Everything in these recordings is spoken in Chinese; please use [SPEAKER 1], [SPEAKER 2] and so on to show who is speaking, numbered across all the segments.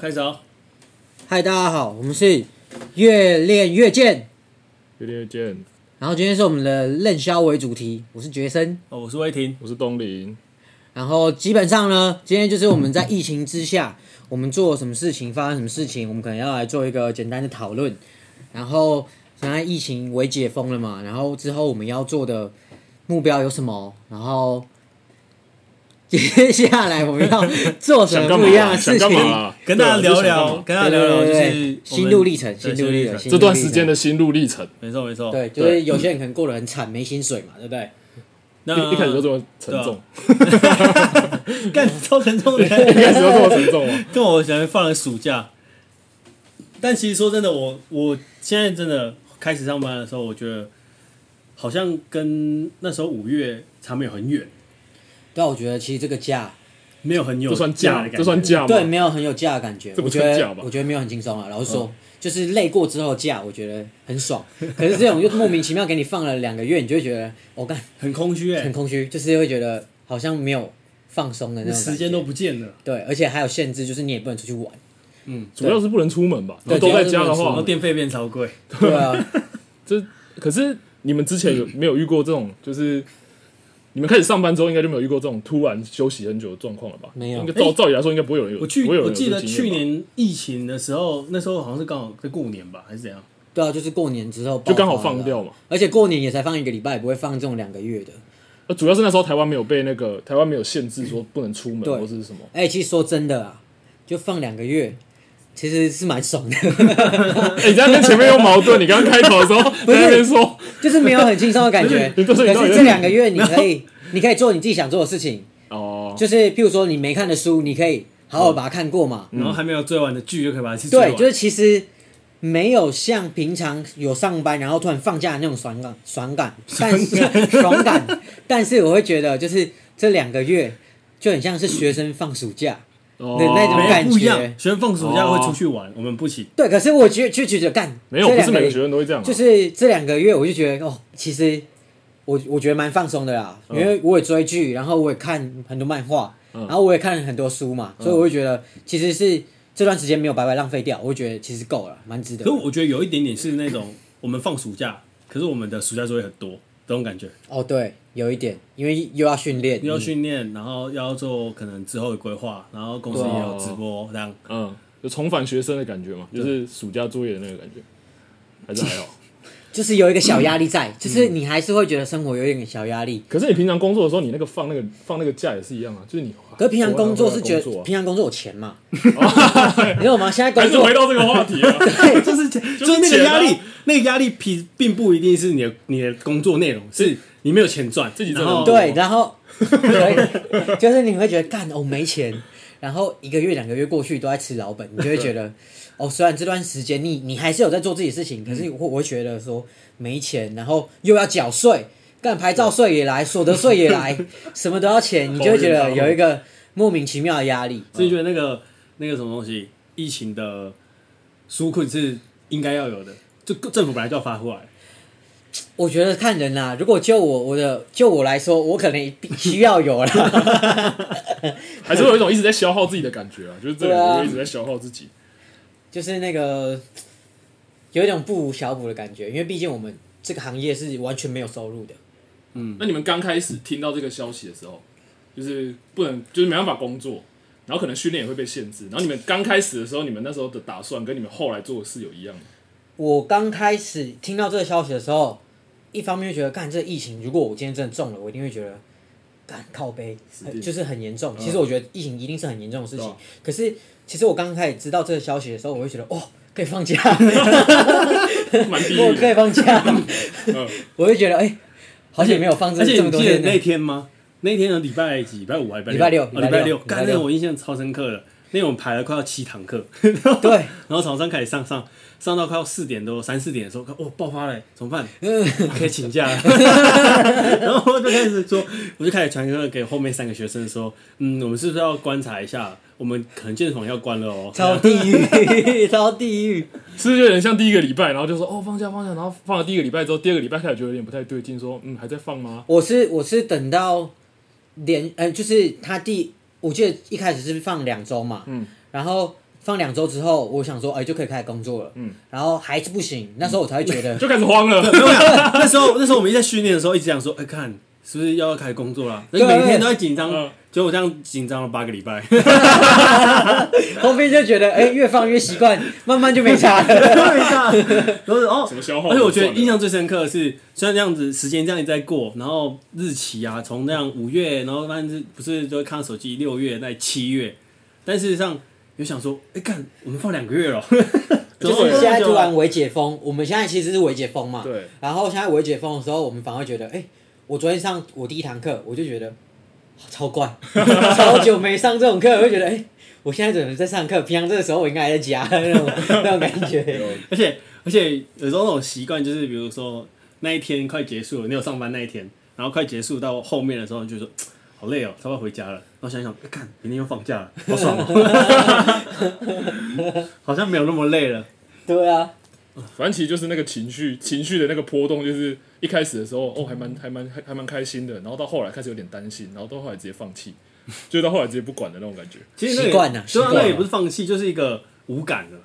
[SPEAKER 1] 开始哦，
[SPEAKER 2] 嗨，大家好，我们是越练越健，
[SPEAKER 3] 有点见，
[SPEAKER 2] 然后今天是我们的练消为主题，我是杰森，
[SPEAKER 1] 哦，我是威霆，
[SPEAKER 3] 我是东林，
[SPEAKER 2] 然后基本上呢，今天就是我们在疫情之下，我们做了什么事情，发生什么事情，我们可能要来做一个简单的讨论。然后现在疫情为解封了嘛，然后之后我们要做的目标有什么？然后接下来我们要做什
[SPEAKER 3] 想
[SPEAKER 2] 么
[SPEAKER 3] 干嘛
[SPEAKER 2] 不
[SPEAKER 3] 啦？
[SPEAKER 2] 一样的事
[SPEAKER 3] 想
[SPEAKER 2] 情
[SPEAKER 3] 干？嘛啦？
[SPEAKER 1] 跟大家聊
[SPEAKER 3] 对啊
[SPEAKER 1] 聊，
[SPEAKER 3] 我就想干嘛
[SPEAKER 1] 跟大家聊聊就
[SPEAKER 2] 对对对
[SPEAKER 1] 是我
[SPEAKER 2] 心
[SPEAKER 1] 们
[SPEAKER 2] 路历程
[SPEAKER 1] 对
[SPEAKER 2] 心
[SPEAKER 1] 心
[SPEAKER 2] 路
[SPEAKER 1] 路
[SPEAKER 2] 历
[SPEAKER 1] 程
[SPEAKER 2] 程，
[SPEAKER 3] 这段时间的心路历程，
[SPEAKER 1] 没错没错，
[SPEAKER 2] 对，就是有些人可能过得很惨，没薪水嘛，对不对？
[SPEAKER 1] 那
[SPEAKER 3] 一一开始就这
[SPEAKER 1] 呃
[SPEAKER 3] 么沉重，
[SPEAKER 1] 干超沉重的，
[SPEAKER 3] 一开始就这么沉 重啊！
[SPEAKER 1] 跟我想放了暑假，但其实说真的，我我现在真的开始上班的时候，我觉得好像跟那时候五月差没有很远，
[SPEAKER 2] 但我觉得其实这个假，
[SPEAKER 1] 没有很有
[SPEAKER 3] 这算
[SPEAKER 1] 假
[SPEAKER 3] 假，
[SPEAKER 1] 的感觉，
[SPEAKER 3] 这算假吗？
[SPEAKER 2] 对，没有很有假的感觉。
[SPEAKER 3] 这
[SPEAKER 2] 我
[SPEAKER 3] 不
[SPEAKER 2] 觉
[SPEAKER 3] 算假
[SPEAKER 2] 得
[SPEAKER 3] 吧嗯
[SPEAKER 2] 我觉得没有很轻松啊，老实说，就是累过之后假，我觉得很爽。 可是这种就莫名其妙给你放了两个月，你就会觉得我干、
[SPEAKER 1] 很空虚哎、
[SPEAKER 2] 很空虚，就是会觉得好像没有放松的那
[SPEAKER 1] 那
[SPEAKER 2] 种感觉
[SPEAKER 1] 时间都不见了，
[SPEAKER 2] 对，而且还有限制，就是你也不能出去玩。
[SPEAKER 3] 主要是不能出门吧？
[SPEAKER 2] 对
[SPEAKER 3] 都在家的
[SPEAKER 2] 主
[SPEAKER 1] 然
[SPEAKER 2] 要
[SPEAKER 1] 后
[SPEAKER 3] 话
[SPEAKER 2] 是，
[SPEAKER 1] 电费变超贵，
[SPEAKER 2] 对啊，
[SPEAKER 3] 这可是你们之前有没有遇过 这种？就是你们开始上班之后，应该就没有遇过这种突然休息很久的状况了吧？
[SPEAKER 2] 没有
[SPEAKER 3] 应该照照理来说，应该不会有人有。
[SPEAKER 1] 哎我去，
[SPEAKER 3] 不会有
[SPEAKER 1] 我
[SPEAKER 3] 人有
[SPEAKER 1] 记得
[SPEAKER 3] 这经
[SPEAKER 1] 去
[SPEAKER 3] 验吧
[SPEAKER 1] 年疫情的时候，那时候好像是刚好在过年吧，还是怎样？
[SPEAKER 2] 对啊，就是过年之后
[SPEAKER 3] 就刚好
[SPEAKER 2] 爆发的啊
[SPEAKER 3] 放掉嘛，
[SPEAKER 2] 而且过年也才放一个礼拜，不会放这种两个月的。
[SPEAKER 3] 呃主要是那时候台湾没有被那个台湾没有限制说不能出 门
[SPEAKER 2] 对
[SPEAKER 3] 或是什么。
[SPEAKER 2] 哎、其实说真的啊，就放两个月，其实是蛮爽的。
[SPEAKER 3] 哎，你在那边前面有矛盾，你刚刚开头的时候在那边说
[SPEAKER 2] 就是没有很轻松的感 觉。
[SPEAKER 3] 你
[SPEAKER 2] 可
[SPEAKER 3] 不是你到底
[SPEAKER 2] 是
[SPEAKER 3] 在
[SPEAKER 2] 这两个月你可以，你可以做你自己想做的事情，
[SPEAKER 3] 哦，
[SPEAKER 2] 就是譬如说你没看的书，你可以好好把它看过嘛。
[SPEAKER 3] 嗯
[SPEAKER 1] 然后还没有追完的剧就可以把它去追完。
[SPEAKER 2] 嗯对，就是其实没有像平常有上班然后突然放假的那种爽感，爽感，但 是爽感，但是我会觉得就是这两个月就很像是学生放暑假。
[SPEAKER 3] 哦
[SPEAKER 2] 那那种
[SPEAKER 1] 没
[SPEAKER 2] 感
[SPEAKER 1] 有不一样
[SPEAKER 2] 觉。
[SPEAKER 1] 学生放暑假会出去玩，我们不行。
[SPEAKER 2] 对，可是我觉就觉得干，
[SPEAKER 3] 没有，
[SPEAKER 2] 这
[SPEAKER 3] 不
[SPEAKER 2] 两
[SPEAKER 3] 是
[SPEAKER 2] 个
[SPEAKER 3] 每个
[SPEAKER 2] 月
[SPEAKER 3] 学生都会这样啊、
[SPEAKER 2] 就是这两个月，我就觉得哦，其实我我觉得蛮放松的啦，因为我也追剧，然后我也看很多漫画，然后我也看很多书嘛，所以我会觉得其实是这段时间没有白白浪费掉，我会觉得其实够了，蛮值得
[SPEAKER 1] 可是。我觉得有一点点是那种我们放暑假，可是我们的暑假作业很多这种感觉，
[SPEAKER 2] 哦，对，有一点，因为又要训练，
[SPEAKER 1] 又要
[SPEAKER 2] 嗯
[SPEAKER 1] 训练，然后要做可能之后的规划，然后公司也有直播这样。
[SPEAKER 3] 嗯，就重返学生的感觉嘛，就是暑假作业的那个感觉，还是 还好。
[SPEAKER 2] 就是有一个小压力在，就是你还是会觉得生活有一点小压力。
[SPEAKER 3] 可是你平常工作的时候，你那个放那个放那个假也是一样啊，就是你。
[SPEAKER 2] 可是平常工作是觉
[SPEAKER 3] 偶尔
[SPEAKER 2] 得，
[SPEAKER 3] 还
[SPEAKER 2] 平常工作有钱嘛，你懂吗？现在工
[SPEAKER 3] 是
[SPEAKER 2] 作
[SPEAKER 3] 回到这个话题啊。
[SPEAKER 1] 对，就是就是那个
[SPEAKER 3] 钱
[SPEAKER 1] 压
[SPEAKER 3] 啊
[SPEAKER 1] 力，那个压力并并不一定是你的你的工作内容，是你没有钱赚，自
[SPEAKER 3] 己
[SPEAKER 1] 然
[SPEAKER 3] 赚
[SPEAKER 1] 后
[SPEAKER 3] 很多
[SPEAKER 2] 对，然后对就是你会觉得干哦没钱，然后一个月两个月过去都在吃老本，你就会觉得哦，虽然这段时间你你还是有在做自己的事情，可是我我会觉得说没钱，然后又要缴税，干牌照税也来，所得税也来，什么都要钱，你就会觉
[SPEAKER 3] 抱
[SPEAKER 2] 得
[SPEAKER 3] 怨到
[SPEAKER 2] 有一个莫名其妙的压力。
[SPEAKER 1] 所以觉得那个那个什么东西，疫情的纾困是应该要有的，就政府本来就要发出来。
[SPEAKER 2] 我觉得看人啊啦、如果就我我的就我来说，我可能必需要有啦。
[SPEAKER 3] 还是会有一种一直在消耗自己的感觉啊，就是这
[SPEAKER 2] 对
[SPEAKER 3] 两个
[SPEAKER 2] 啊
[SPEAKER 3] 月一直在消耗自己。
[SPEAKER 2] 就是那个有一种不无小补的感觉，因为毕竟我们这个行业是完全没有收入的。
[SPEAKER 3] 那你们刚开始听到这个消息的时候，就是不能，就是没办法工作，然后可能训练也会被限制。然后你们刚开始的时候，你们那时候的打算跟你们后来做的事有一样吗？
[SPEAKER 2] 我刚开始听到这个消息的时候，一方面就觉得，干这疫情，如果我今天真的中了，我一定会觉得，干靠背，很就是很严重。其实我觉得疫情一定是很严重的事情。
[SPEAKER 3] 对啊
[SPEAKER 2] 可是，其实我刚开始知道这个消息的时候，我会觉得，哦，可以放假，
[SPEAKER 3] 蛮 低
[SPEAKER 2] 我可以
[SPEAKER 3] 的。
[SPEAKER 2] 放假，
[SPEAKER 3] 嗯
[SPEAKER 2] 我会觉得，哎、好久没有放这
[SPEAKER 1] 而且
[SPEAKER 2] 这
[SPEAKER 1] 你
[SPEAKER 2] 么多
[SPEAKER 1] 记得
[SPEAKER 2] 天
[SPEAKER 1] 那
[SPEAKER 2] 了。
[SPEAKER 1] 天吗？那天的礼拜几？礼拜五还是
[SPEAKER 2] 礼拜六
[SPEAKER 1] 哦
[SPEAKER 2] 礼
[SPEAKER 1] 礼
[SPEAKER 2] 拜
[SPEAKER 1] 拜
[SPEAKER 2] 六
[SPEAKER 1] 六。
[SPEAKER 2] 礼
[SPEAKER 1] 干，
[SPEAKER 2] 拜
[SPEAKER 1] 那
[SPEAKER 2] 六
[SPEAKER 1] 个我印象超深刻的。那天我们排了快要七堂课，
[SPEAKER 2] 对，
[SPEAKER 1] 然后早上开始上上上到快要四点多三四点的时候，看哦爆发了欸，怎么 办？
[SPEAKER 2] 嗯
[SPEAKER 1] 可以请假了。 然后我就开始说，我就开始传一个给后面三个学生说，嗯，我们是不是要观察一下？我们可能健身房要关了哦。
[SPEAKER 2] 超地狱，超地狱。
[SPEAKER 3] 是不是有点像第一个礼拜，然后就说哦放假放假，然后放了第一个礼拜之后，第二个礼拜开始觉得有点不太对劲，说嗯还在放吗？
[SPEAKER 2] 我是我是等到连呃，就是他第，我记得一开始是放两周嘛，嗯，然后放两周之后，我想说，哎、就可以开始工作了。嗯，然后还是不行，那时候我才会觉得，
[SPEAKER 3] 就开始慌了。
[SPEAKER 1] 那时候那时候我们一直在训练的时候，一直讲说，哎、看是不是要开始工作了？那每天都在紧张
[SPEAKER 3] 嗯，
[SPEAKER 1] 结果我这样紧张了八个礼拜，
[SPEAKER 2] 后面就觉得，哎、越放越习惯，慢慢就没 差了。
[SPEAKER 1] 对啊，然后哦，
[SPEAKER 3] 什么啊消耗
[SPEAKER 1] 而且我觉得印
[SPEAKER 3] 象
[SPEAKER 1] 象最深刻的是，虽然这样子时间这样一直在过，然后日期啊，从那样五月，然后但是不是就会看到手机六月在七月，但事实上有想说，哎、干，我们放两个月了，
[SPEAKER 2] 就
[SPEAKER 1] 怎么会这么
[SPEAKER 2] 是现在
[SPEAKER 1] 久
[SPEAKER 2] 突
[SPEAKER 1] 啊
[SPEAKER 2] 然微解封，我们现在其实是微解封嘛。
[SPEAKER 3] 对。
[SPEAKER 2] 然后现在微解封的时候，我们反而觉得，哎、我昨天上我第一堂课，我就觉得超怪， 超久没上这种课，我就觉得，哎、我现在怎么在上课？平常这个时候我应该还在家那 种那种感觉。
[SPEAKER 1] 而且而且有时候那种习惯就是，比如说那一天快结束了，你有上班那一天，然后快结束到后面的时候，你就说好累哦，差不多回家了。然后想一想，哎干、明天又放假了，好爽哦， 好像没有那么累了。
[SPEAKER 2] 对啊，
[SPEAKER 3] 反正其实就是那个情绪，情绪的那个波动，就是一开始的时候，哦，还蛮还蛮还还蛮开心的，然后到后来开始有点担心，然后到后来直接放弃， 就到后来直接不管的那种感觉。
[SPEAKER 1] 其实那也
[SPEAKER 2] 习惯了
[SPEAKER 1] 对啊
[SPEAKER 2] 习，惯
[SPEAKER 1] 那
[SPEAKER 2] 了
[SPEAKER 1] 也不是放弃，就是一个无感了。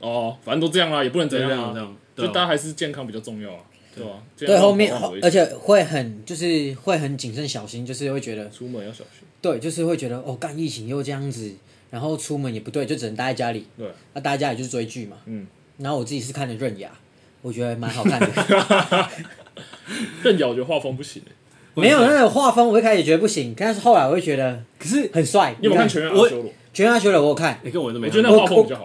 [SPEAKER 3] 哦，反正都这样啦，也不能怎样
[SPEAKER 1] 对这样这样
[SPEAKER 3] 啊，
[SPEAKER 1] 对啊
[SPEAKER 3] 就大家还是健康比较重要啊，对吧？
[SPEAKER 2] 对，后面
[SPEAKER 3] 好，
[SPEAKER 2] 而且会很就是会很谨慎小心，就是会觉得，
[SPEAKER 3] 出门要小心，
[SPEAKER 2] 对，就是会觉得哦，干疫情又这样子，然后出门也不对，就只能待在家里。
[SPEAKER 3] 对，
[SPEAKER 2] 那、待在家里就是追剧嘛。
[SPEAKER 3] 嗯。
[SPEAKER 2] 然后我自己是看的《刃牙》，我觉得蛮好看的。
[SPEAKER 3] 更咬我觉得画风不行欸，
[SPEAKER 2] 没有那个画风，我一开始觉得不行，但是后来我会觉得
[SPEAKER 1] 可是
[SPEAKER 2] 很帅。
[SPEAKER 3] 你有没有看《全员阿修罗》？
[SPEAKER 2] 全员阿修罗》？我有看，
[SPEAKER 1] 你跟我都没
[SPEAKER 3] 我
[SPEAKER 1] 看
[SPEAKER 3] 觉得
[SPEAKER 1] 过，
[SPEAKER 3] 那画风比较好，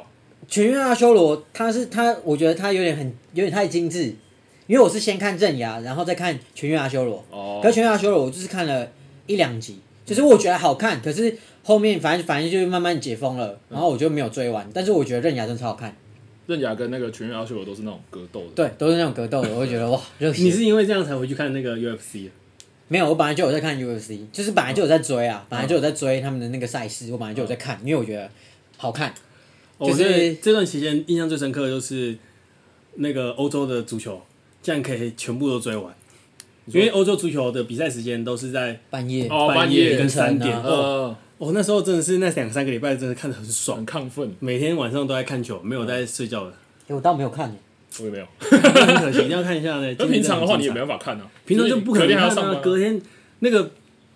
[SPEAKER 2] 《全员阿修罗》他是他，我觉得他有点很有点太精致，因为我是先看《刃牙》，然后再看《全员阿修罗》。
[SPEAKER 3] 哦
[SPEAKER 2] 可是《全员阿修罗》我就是看了一两集，就是我觉得好看，可是后面反正反正就是慢慢解封
[SPEAKER 3] 嗯
[SPEAKER 2] 了，然后我就没有追完。但是我觉得《刃牙》真的超好看，
[SPEAKER 3] 刃牙跟那个《全员阿修罗》都是那种格斗的，
[SPEAKER 2] 对，都是那种格斗的，我会觉得哇，热血
[SPEAKER 1] 你是因为这样才回去看那个 UFC 的
[SPEAKER 2] 没有，我本来就有在看 UFC，就是本来就有在追
[SPEAKER 3] 嗯
[SPEAKER 2] 啊，本来就有在追他们的那个赛事，我本来就有在看，因为我觉得好看。
[SPEAKER 1] 哦
[SPEAKER 2] 就
[SPEAKER 1] 我
[SPEAKER 2] 是
[SPEAKER 1] 觉得这段期间印象最深刻的就是那个欧洲的足球，竟然可以全部都追完，因为欧洲足球的比赛时间都是在
[SPEAKER 2] 半夜，
[SPEAKER 3] 哦半
[SPEAKER 1] 夜
[SPEAKER 3] 夜
[SPEAKER 1] 跟
[SPEAKER 2] 凌晨啊
[SPEAKER 1] 三点。哦，
[SPEAKER 3] 呃，
[SPEAKER 1] 我那时候真的是那两三个礼拜真的看得很爽
[SPEAKER 3] 很，亢奋，
[SPEAKER 1] 每天晚上都在看球，没有在睡觉的，
[SPEAKER 2] 诶我倒没有看耶，
[SPEAKER 3] 我也没有。
[SPEAKER 1] 很可惜，一定要看一下呢。
[SPEAKER 3] 嗯那平常的话你也没
[SPEAKER 1] 有，
[SPEAKER 3] 办法看啊，
[SPEAKER 1] 平常就不可
[SPEAKER 3] 隔
[SPEAKER 1] 能
[SPEAKER 3] 天还要
[SPEAKER 1] 看
[SPEAKER 3] 上班
[SPEAKER 1] 啊
[SPEAKER 3] 啊，，
[SPEAKER 1] 隔天那个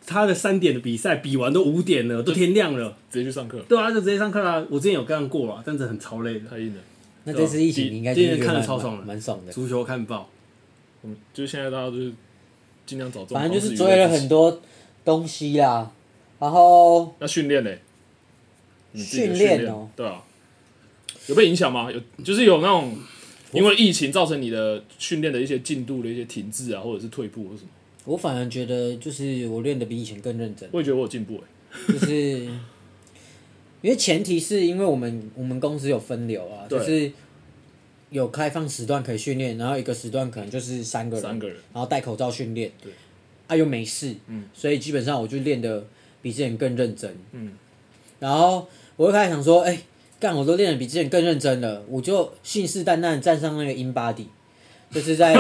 [SPEAKER 1] 他的三点的比赛比完都五点了，都天亮了。
[SPEAKER 3] 直接去上课，
[SPEAKER 1] 对啊，就直接上课啦。我之前有干过啊，但是很超累的。
[SPEAKER 3] 太硬了。
[SPEAKER 2] 那这次疫情你应该
[SPEAKER 1] 今
[SPEAKER 2] 就
[SPEAKER 1] 天
[SPEAKER 2] 是
[SPEAKER 1] 啊
[SPEAKER 2] 觉得
[SPEAKER 1] 看得
[SPEAKER 2] 蛮
[SPEAKER 1] 超爽的
[SPEAKER 2] 蛮蛮爽的。
[SPEAKER 1] 足球看爆，
[SPEAKER 3] 嗯，就是现在大家就是尽量找这种
[SPEAKER 2] 反正就是
[SPEAKER 3] 方式娱
[SPEAKER 2] 追
[SPEAKER 3] 乐
[SPEAKER 2] 了
[SPEAKER 3] 自己
[SPEAKER 2] 很。多东西啦，然后
[SPEAKER 3] 那训练嘞？你自己的
[SPEAKER 2] 训练
[SPEAKER 3] 练
[SPEAKER 2] 哦
[SPEAKER 3] 对啊，有被影响吗？有，就是有那种因为疫情造成你的训练的一些进度的一些停滞啊，或者是退步或什么。
[SPEAKER 2] 我反而觉得就是我练的比以前更认真，
[SPEAKER 3] 我也觉得我有进步哎、
[SPEAKER 2] 就是因为前提是因为我们我们公司有分流啊，
[SPEAKER 3] 对
[SPEAKER 2] 就是有开放时段可以训练，然后一个时段可能就是三个人，
[SPEAKER 3] 三个人
[SPEAKER 2] 然后戴口罩训练，
[SPEAKER 3] 对，
[SPEAKER 2] 啊又没事，
[SPEAKER 3] 嗯，
[SPEAKER 2] 所以基本上我就练的比之前更认真，
[SPEAKER 3] 嗯，
[SPEAKER 2] 然后我就开始想说，哎、干我都练的比之前更认真了，我就信誓旦旦地站上那个 in body，就是 在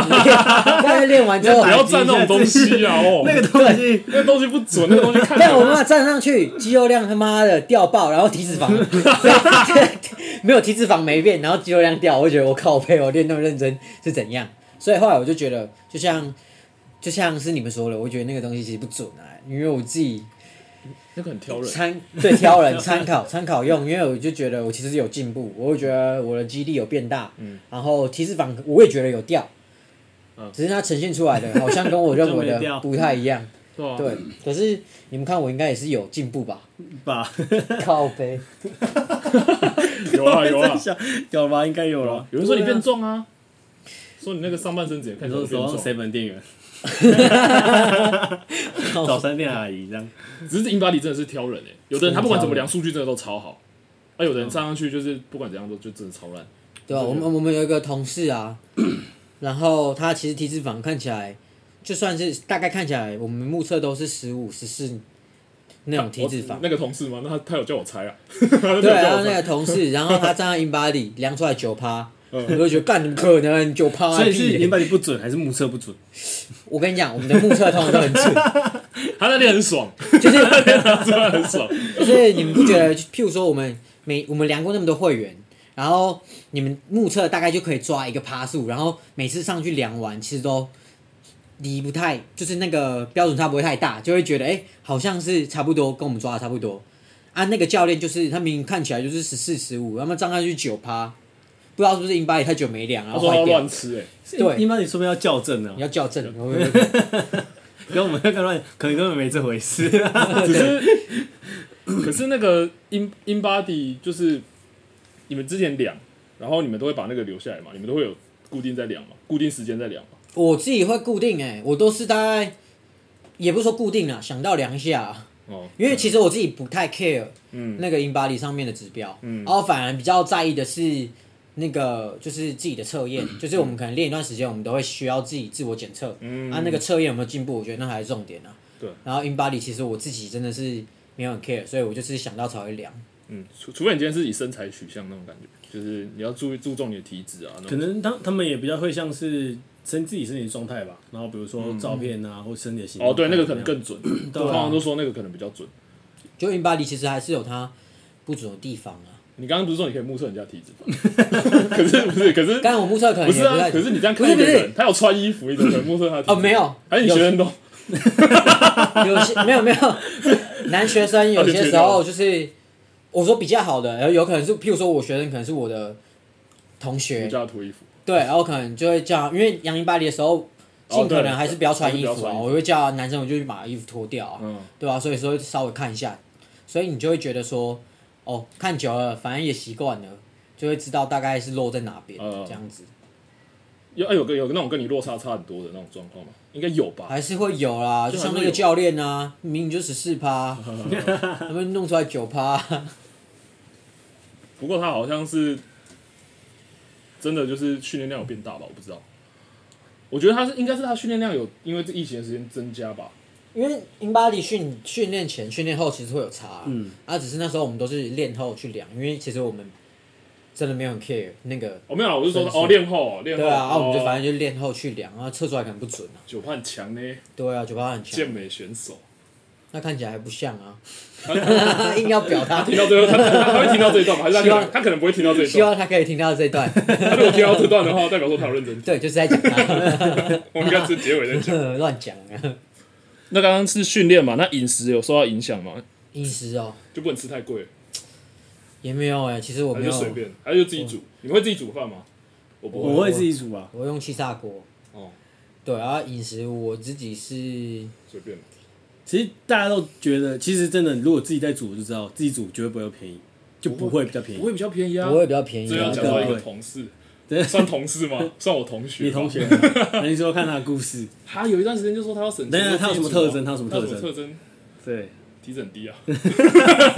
[SPEAKER 2] 在练完之后
[SPEAKER 3] 不，要站那种东西啊！哦，
[SPEAKER 1] 那个东西
[SPEAKER 3] 那个东西不准，那个东西 看起
[SPEAKER 2] 但我
[SPEAKER 3] 来
[SPEAKER 2] 妈站上去，肌肉量他妈的掉爆，然后体脂肪 没有体脂肪没变，然后肌肉量掉，我就觉得我靠背，我练那么认真是怎样？所以后来我就觉得，就像就像是你们说的，我觉得那个东西其实不准啊，因为我自己
[SPEAKER 3] 那个很挑人。
[SPEAKER 2] 参对挑人参考参考用，因为我就觉得我其实有进步，我会觉得我的肌力有变大，然后体脂肪我也觉得有掉，只是它呈现出来的好像跟我认为
[SPEAKER 1] 就没掉
[SPEAKER 2] 的不太一样。
[SPEAKER 3] 对啊，
[SPEAKER 2] 对，可是你们看我应该也是有进步吧？
[SPEAKER 1] 吧，
[SPEAKER 2] 靠背，
[SPEAKER 3] 有啊 有啊，
[SPEAKER 1] 有吧，应该有啊了。
[SPEAKER 3] 有人说你变重啊，说你那个上半身直接看
[SPEAKER 1] 你
[SPEAKER 3] 起
[SPEAKER 1] 说
[SPEAKER 3] 来变
[SPEAKER 1] 手上
[SPEAKER 3] 重，
[SPEAKER 1] seven 店 员，早餐店阿姨这样，
[SPEAKER 3] 只是 InBody 真的是挑人哎、有的人他不管怎么量数据，真的都超好，啊，有的人站上去就是
[SPEAKER 2] 嗯
[SPEAKER 3] 不管怎样都就真的超烂。
[SPEAKER 2] 对啊吧、我们我们有一个同事啊， 然后他其实体脂肪看起来，就算是大概看起来，我们目测都是十五、十四那种体脂肪
[SPEAKER 3] 我。那个同事吗？那他他有叫我猜啊，
[SPEAKER 2] 对啊，
[SPEAKER 3] 他
[SPEAKER 2] 然
[SPEAKER 3] 有
[SPEAKER 2] 后
[SPEAKER 3] 叫
[SPEAKER 2] 那
[SPEAKER 3] 啊我
[SPEAKER 2] 个
[SPEAKER 3] 猜
[SPEAKER 2] 同事，然后他站在 InBody 量出来九趴，我就觉得干，怎么可能九趴？
[SPEAKER 1] 所以是
[SPEAKER 2] 屁
[SPEAKER 1] 零
[SPEAKER 2] 嘞
[SPEAKER 1] 八零不准还是目测不准？
[SPEAKER 2] 我跟你讲，我们的目测通常都很准，
[SPEAKER 3] 他那天很爽，
[SPEAKER 2] 就是
[SPEAKER 3] 真的很爽。
[SPEAKER 2] 就是你们不觉得，譬如说我们每我们量过那么多会员，然后你们目测大概就可以抓一个趴数，然后每次上去量完，其实都离不太，就是那个标准差不会太大，就会觉得哎、诶好像是差不多，跟我们抓的差不多。啊，那个教练就是他明明看起来就是十四十五，要么张上去九趴，不知道是不是英巴也太久没量，啊然
[SPEAKER 3] 他
[SPEAKER 2] 后
[SPEAKER 3] 说
[SPEAKER 2] 坏
[SPEAKER 3] 他
[SPEAKER 2] 掉
[SPEAKER 3] 乱。吃哎、
[SPEAKER 2] 对
[SPEAKER 1] 一般你说不定要校正呢
[SPEAKER 2] 你，要校正，
[SPEAKER 1] 跟我们那个乱，可能根本没这回 事。
[SPEAKER 3] 可是 可是那个 in in body 就是你们之前量，然后你们都会把那个留下来嘛，你们都会有固定在量嘛，固定时间在量嘛。
[SPEAKER 2] 我自己会固定哎、我都是大概，也不是说固定啊，想到量一下，
[SPEAKER 3] 哦，
[SPEAKER 2] 因为其实我自己不太 care
[SPEAKER 3] 嗯
[SPEAKER 2] 那个 in body 上面的指标，嗯，然后反而比较在意的是那个就是自己的测验，就是我们可能练一段时间，我们都会需要自己自我检测，
[SPEAKER 3] 嗯
[SPEAKER 2] 啊，那个测验有没有进步，我觉得那才是重点啊。
[SPEAKER 3] 对，
[SPEAKER 2] 然后 in body 其实我自己真的是没有很 care，所以我就是想到才会量。
[SPEAKER 3] 嗯，除除非你今天是以身材取向那种感觉，就是你要注意注重你的体脂啊，那
[SPEAKER 1] 可
[SPEAKER 3] 种
[SPEAKER 1] 能他他们也比较会像是身自己身体状态吧，然后比如说照片啊，或身体的形状
[SPEAKER 3] 哦，对，那个可能更准，
[SPEAKER 1] 对啊
[SPEAKER 3] 通常都说那个可能比较准。
[SPEAKER 2] 就 in body 其实还是有它不足的地方啊，
[SPEAKER 3] 你刚刚不是说你可以目测人家体 脂吗？可是不是，可是
[SPEAKER 2] 刚才我目测可能
[SPEAKER 3] 不
[SPEAKER 2] 也
[SPEAKER 3] 是
[SPEAKER 2] 太
[SPEAKER 3] 啊，可是你这样看一
[SPEAKER 2] 不
[SPEAKER 3] 个
[SPEAKER 2] 是不是
[SPEAKER 3] 人，他有穿衣服，你怎么可能目测他的体脂
[SPEAKER 2] 哦没有
[SPEAKER 3] 还是你
[SPEAKER 2] 有
[SPEAKER 3] 学生都
[SPEAKER 2] 有些没有没有，男学生有些时候就是，我说比较好的，然后有可能是，譬如说我学生可能是我的同
[SPEAKER 3] 不
[SPEAKER 2] 学，
[SPEAKER 3] 叫他脱衣服，
[SPEAKER 2] 对，然后可能就会叫，因为杨一巴黎的时候，尽可能还是不要穿衣
[SPEAKER 3] 哦还
[SPEAKER 2] 服
[SPEAKER 3] 是不要
[SPEAKER 2] 啊，
[SPEAKER 3] 穿衣服
[SPEAKER 2] 我会叫男生我就去把衣服脱掉啊，
[SPEAKER 3] 嗯，
[SPEAKER 2] 对吧、所以说稍微看一下，所以你就会觉得说，哦，看久了，反正也习惯了，就会知道大概是落在哪边、
[SPEAKER 3] 嗯
[SPEAKER 2] 这样子，
[SPEAKER 3] 有哎有个有个那种跟你落差差很多的那种状况吗？应该有吧？
[SPEAKER 2] 还是会有啦，就像那
[SPEAKER 3] 还是会
[SPEAKER 2] 个
[SPEAKER 3] 有
[SPEAKER 2] 教练啊，明明就十四 趴，他们弄出来九趴。
[SPEAKER 3] 不过他好像是真的就是训练量有变大吧？我不知道，我觉得他是应该是他训练量有因为这疫情的时间增加吧？
[SPEAKER 2] 因为 in body 训训练前、训练后其实会有差、嗯，啊，只是那时候我们都是练后去量，因为其实我们真的没有很 care 那个，
[SPEAKER 3] 哦没有啦，我是说
[SPEAKER 2] 分数
[SPEAKER 3] 哦练后哦练后
[SPEAKER 2] 对啊，啊，我们就
[SPEAKER 3] 哦
[SPEAKER 2] 反正就练后去量，然后测出来可能不准啊，
[SPEAKER 3] 九判强呢，
[SPEAKER 2] 对啊，九八很强
[SPEAKER 3] 健，美选手，
[SPEAKER 2] 那看起来还不像啊，硬要表达，
[SPEAKER 3] 听到最后他 他他会听到这一段吗？还是他
[SPEAKER 2] 希
[SPEAKER 3] 可
[SPEAKER 2] 望
[SPEAKER 3] 能他可能不会听到这一
[SPEAKER 2] 希
[SPEAKER 3] 段？
[SPEAKER 2] 望他可以听到这一段，
[SPEAKER 3] 他如果听到这段的话，代表说他有认真听。
[SPEAKER 2] 对，就是在讲他
[SPEAKER 3] 我们应该是结尾再讲。
[SPEAKER 2] 乱讲啊，
[SPEAKER 3] 那刚刚是训练嘛？那饮食有受到影响吗？
[SPEAKER 2] 饮食哦
[SPEAKER 3] 就不能吃太贵，
[SPEAKER 2] 也没有哎、其实我
[SPEAKER 3] 还
[SPEAKER 2] 没
[SPEAKER 3] 是就
[SPEAKER 2] 有，
[SPEAKER 3] 随便，还是就自己煮？你们会自己煮饭吗？我不
[SPEAKER 1] 我会自己煮啊，
[SPEAKER 2] 我用气炸锅，
[SPEAKER 3] 哦，
[SPEAKER 2] 对，然后饮食我自己是
[SPEAKER 3] 随便。
[SPEAKER 2] 嗯
[SPEAKER 1] 其实大家都觉得，其实真的，如果自己在煮就知道，自己煮绝对不会便宜，就不会比较便
[SPEAKER 3] 不
[SPEAKER 1] 宜。
[SPEAKER 3] 会比较便宜啊
[SPEAKER 2] 不。会比较便宜
[SPEAKER 3] 这
[SPEAKER 2] 啊，
[SPEAKER 3] 要
[SPEAKER 1] 讲
[SPEAKER 3] 讲
[SPEAKER 1] 到
[SPEAKER 3] 到
[SPEAKER 1] 一
[SPEAKER 3] 一
[SPEAKER 1] 个
[SPEAKER 3] 个同事，
[SPEAKER 1] 对
[SPEAKER 3] 算同 事吗？算我同学。
[SPEAKER 1] 你同 学，那你说看他的故事，
[SPEAKER 3] 他有一段时间就说他要省钱。
[SPEAKER 1] 等一下
[SPEAKER 3] 就自己
[SPEAKER 1] 他有什么
[SPEAKER 3] 煮啊
[SPEAKER 1] 特征他有什么特
[SPEAKER 3] 他有
[SPEAKER 1] 征
[SPEAKER 3] 什么特征？
[SPEAKER 1] 对，
[SPEAKER 3] 体脂很低啊。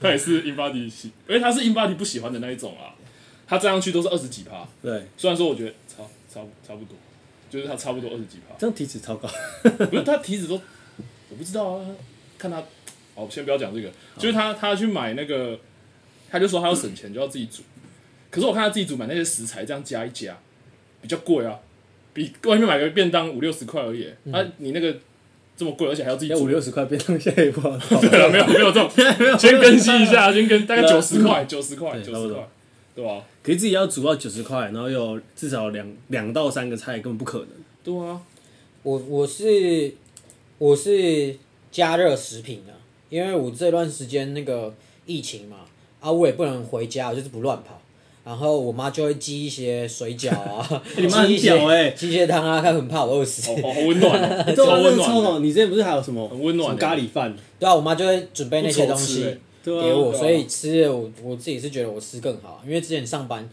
[SPEAKER 3] 他也是 Inbody 喜，因为他是 Inbody 不喜欢的那一种啊。他站上去都是二十几趴，
[SPEAKER 1] 对，
[SPEAKER 3] 虽然说我觉得差差不差不多，就是他差不多二十几趴。
[SPEAKER 1] 这样体脂超高，
[SPEAKER 3] 不是他体脂都，我不知道啊。看他，哦，先不要讲这个，就是他他去买那个，他就说他要省钱，就要自己煮。可是我看他自己煮买那些食材，这样加一加，比较贵啊，比外面买个便当五六十块而已。啊，你那个这么贵，而且还要自己
[SPEAKER 1] 要
[SPEAKER 3] 煮
[SPEAKER 1] 五。六十块变成现在也不好搞。
[SPEAKER 3] 对啊了，没有没有 这种，先更新一下，先跟大概
[SPEAKER 1] 对啊
[SPEAKER 3] 九十块，九十块，
[SPEAKER 1] 对
[SPEAKER 3] 九
[SPEAKER 1] 差不
[SPEAKER 3] 十
[SPEAKER 1] 多
[SPEAKER 3] 块，对啊吧？
[SPEAKER 1] 可是自己要煮到九十块，然后有至少两两到三个菜，根本不可能。
[SPEAKER 3] 对啊，
[SPEAKER 2] 我我是我是加热食品的，因为我这段时间那个疫情嘛，啊，我也不能回家，我就是不乱跑。然后我妈就会寄一些水饺啊，
[SPEAKER 1] 你妈
[SPEAKER 2] 寄一些
[SPEAKER 1] 很屌欸
[SPEAKER 2] 鸡血汤啊，她很怕我饿死
[SPEAKER 3] 好。好好温 暖哦，
[SPEAKER 1] 对啊，
[SPEAKER 3] 超
[SPEAKER 1] 那
[SPEAKER 3] 温
[SPEAKER 1] 个超
[SPEAKER 3] 暖的。
[SPEAKER 1] 好。你之前不是还有什么
[SPEAKER 3] 很温暖的
[SPEAKER 1] 什么咖喱饭？
[SPEAKER 2] 对啊，我妈就会准备那些
[SPEAKER 3] 不
[SPEAKER 2] 东
[SPEAKER 3] 愁吃
[SPEAKER 2] 西
[SPEAKER 3] 欸
[SPEAKER 1] 对啊
[SPEAKER 2] 给我，
[SPEAKER 3] 对啊
[SPEAKER 2] 所以吃了我我自己是觉得我吃更好，因为之前上班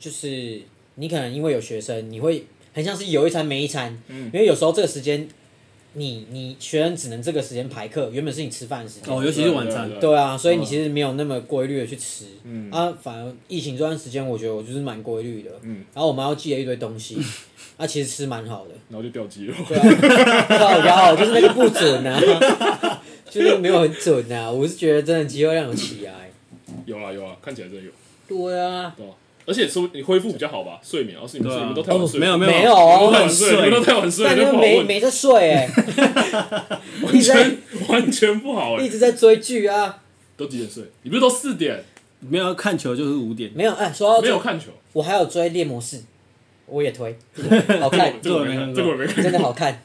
[SPEAKER 2] 就是你可能因为有学生，你会很像是有一餐没一餐，因为有时候这个时间你你学生只能这个时间排课，原本是你吃饭的时间，
[SPEAKER 1] 哦，尤其是晚餐
[SPEAKER 3] 对。
[SPEAKER 2] 对啊，所以你其实没有那么规律的去吃，啊，反而疫情这段时间，我觉得我就是蛮规律的，然后我妈又寄了一堆东西，啊，其实吃蛮好的，
[SPEAKER 3] 然后就掉肌肉，
[SPEAKER 2] 对啊，靠腰就是那个不准啊，就是没有很准啊，我是觉得真的肌肉量有起来，
[SPEAKER 3] 有啦有啦，啊看起来真的有。
[SPEAKER 2] 对啊，
[SPEAKER 3] 对吧而且说你恢复比较好吧，睡眠，而哦是你们睡、
[SPEAKER 1] 对啊
[SPEAKER 3] 你们都太晚睡，
[SPEAKER 1] 没有
[SPEAKER 3] 你
[SPEAKER 1] 没
[SPEAKER 2] 没
[SPEAKER 1] 有
[SPEAKER 2] 有
[SPEAKER 3] 们都
[SPEAKER 2] 哦，
[SPEAKER 3] 太晚睡，你们
[SPEAKER 1] 啊
[SPEAKER 3] 都太晚睡，
[SPEAKER 2] 但
[SPEAKER 3] 你
[SPEAKER 2] 就
[SPEAKER 3] 都不好
[SPEAKER 2] 没
[SPEAKER 3] 问，
[SPEAKER 2] 没在睡哎、
[SPEAKER 3] 完
[SPEAKER 2] 在
[SPEAKER 3] 全完全不好哎、
[SPEAKER 2] 一直在追剧啊，
[SPEAKER 3] 都几点睡？你不是都四点
[SPEAKER 1] 没有看球就是五点，
[SPEAKER 2] 没有，哎、说到
[SPEAKER 3] 没
[SPEAKER 2] 这
[SPEAKER 3] 有
[SPEAKER 2] 个，
[SPEAKER 3] 看球？
[SPEAKER 2] 我还有追猎魔士，我也 推，好
[SPEAKER 3] 这个
[SPEAKER 2] 看
[SPEAKER 3] 我，这个我没看，这个我没看。
[SPEAKER 2] 真的好看。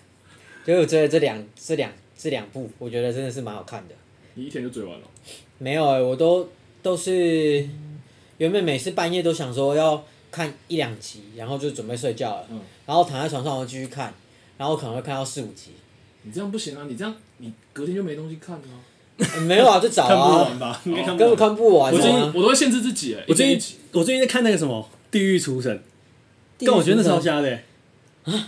[SPEAKER 2] 就是我追了这两这两这两部，我觉得真的是蛮好看的。
[SPEAKER 3] 你一天就追完了？
[SPEAKER 2] 没有、欸，我都都是原本每次半夜都想说要看一两集，然后就准备睡觉了，
[SPEAKER 3] 嗯
[SPEAKER 2] 然后躺在床上我就继续看，然后可能会看到四五集。
[SPEAKER 3] 你这样不行啊！你这样你隔天就没东西看了啊。
[SPEAKER 2] 呃没有啊，就 找
[SPEAKER 1] 看不完
[SPEAKER 2] 啊，
[SPEAKER 1] 吧？应该看
[SPEAKER 2] 根
[SPEAKER 1] 不完。
[SPEAKER 2] 本看不完、
[SPEAKER 3] 我最近
[SPEAKER 2] 啊。
[SPEAKER 3] 我都会限制自己欸，
[SPEAKER 1] 我最
[SPEAKER 3] 一天一
[SPEAKER 1] 近
[SPEAKER 3] 集
[SPEAKER 1] 我最近在看那个什么《地狱厨神》，
[SPEAKER 2] 地狱
[SPEAKER 1] 但我觉得那
[SPEAKER 2] 厨
[SPEAKER 1] 超
[SPEAKER 2] 神
[SPEAKER 1] 瞎的欸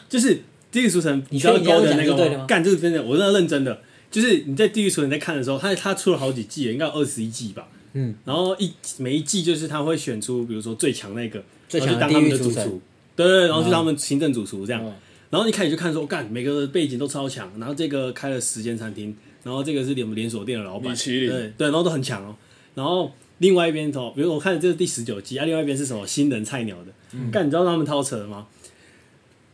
[SPEAKER 1] 就是《地狱厨神》，
[SPEAKER 2] 啊你
[SPEAKER 1] 知道
[SPEAKER 2] 确定要
[SPEAKER 1] 勾的那
[SPEAKER 2] 讲就对
[SPEAKER 1] 个吗？
[SPEAKER 2] 了吗
[SPEAKER 1] 干，这是真的，我真的认真的。就是你在《地狱厨神》在看的时候，它它出了好几季欸了，应该有二十一季吧。
[SPEAKER 2] 嗯，
[SPEAKER 1] 然后一每一季就是他会选出，比如说最强那个，
[SPEAKER 2] 最强的
[SPEAKER 1] 然后去当他们的
[SPEAKER 2] 地
[SPEAKER 1] 主
[SPEAKER 2] 狱厨嗯神
[SPEAKER 1] 厨，对对，对然后就当他们行政主厨这样。
[SPEAKER 3] 嗯
[SPEAKER 1] 然后一开始就看说，干每个背景都超强，然后这个开了十间餐厅，然后这个是连连锁店的老板，
[SPEAKER 3] 米其林
[SPEAKER 1] 对对，然后都很强哦。然后另外一边头，比如我看这是第十九季，啊，另外一边是什么新人菜鸟的，
[SPEAKER 3] 嗯
[SPEAKER 1] 干、你知道他们超扯的吗？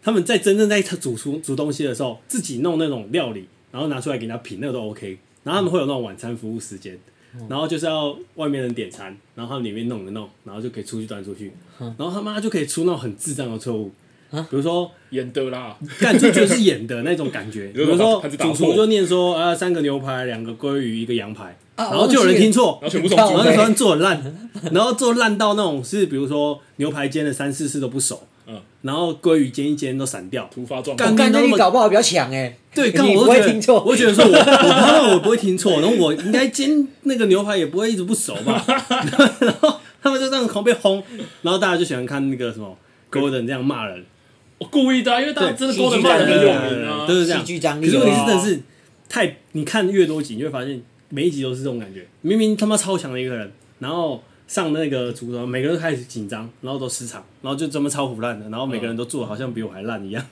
[SPEAKER 1] 他们在真正在煮出煮东西的时候，自己弄那种料理，然后拿出来给人家品，那个都 OK。然后他们会有那种晚餐服务时间，
[SPEAKER 3] 嗯
[SPEAKER 1] 然后就是要外面人点餐，然后他们里面弄一弄，然后就可以出去端出去，
[SPEAKER 3] 嗯
[SPEAKER 1] 然后他妈就可以出那种很智障的错误，
[SPEAKER 3] 啊
[SPEAKER 1] 比如说
[SPEAKER 3] 演的啦，
[SPEAKER 1] 干就觉得是演的那种感觉。比
[SPEAKER 3] 有
[SPEAKER 1] 如
[SPEAKER 3] 种
[SPEAKER 1] 说
[SPEAKER 3] 盘子打
[SPEAKER 1] 主厨
[SPEAKER 3] 破
[SPEAKER 1] 就念说啊，三个牛排，两个鲑鱼，一个羊排，
[SPEAKER 2] 啊
[SPEAKER 1] 然后就有人听错
[SPEAKER 3] 然，后全部送
[SPEAKER 1] 然
[SPEAKER 2] 靠
[SPEAKER 1] 后
[SPEAKER 2] 北
[SPEAKER 1] 那
[SPEAKER 3] 进
[SPEAKER 1] 时候做很烂，然后做烂到那种是比如说牛排煎了三四次都不熟，
[SPEAKER 3] 嗯，
[SPEAKER 1] 然后鲑鱼煎一煎都散掉。
[SPEAKER 3] 突发状
[SPEAKER 1] 干
[SPEAKER 3] 况
[SPEAKER 2] 我。感觉你搞不好比较强哎、
[SPEAKER 1] 对，
[SPEAKER 2] 你
[SPEAKER 1] 刚我
[SPEAKER 2] 不
[SPEAKER 1] 都
[SPEAKER 2] 会
[SPEAKER 1] 觉
[SPEAKER 2] 听
[SPEAKER 1] 得，
[SPEAKER 2] 错，
[SPEAKER 1] 我 觉得说我，我怕我不会听错，然后我应该煎那个牛排也不会一直不熟 吧，然后他们就这样狂被轰，然后大家就喜欢看那个什么 Golden 这样骂人，
[SPEAKER 3] 我故意的啊，因为大家
[SPEAKER 1] 对
[SPEAKER 3] 真的勾人
[SPEAKER 2] 戏剧
[SPEAKER 3] 骂人很
[SPEAKER 2] 张力
[SPEAKER 3] 有
[SPEAKER 2] 啊
[SPEAKER 3] 名啊
[SPEAKER 1] 都。是这样。
[SPEAKER 2] 戏剧张力
[SPEAKER 1] 可是问题是
[SPEAKER 2] 啊
[SPEAKER 1] 真的是太，你看越多集，你会发现每一集都是这种感觉。明明他妈超强的一个人，然后上那个组装，每个人都开始紧张，然后都失常，然后就这么超腐烂的，然后每个人都做的好像比我还烂一样。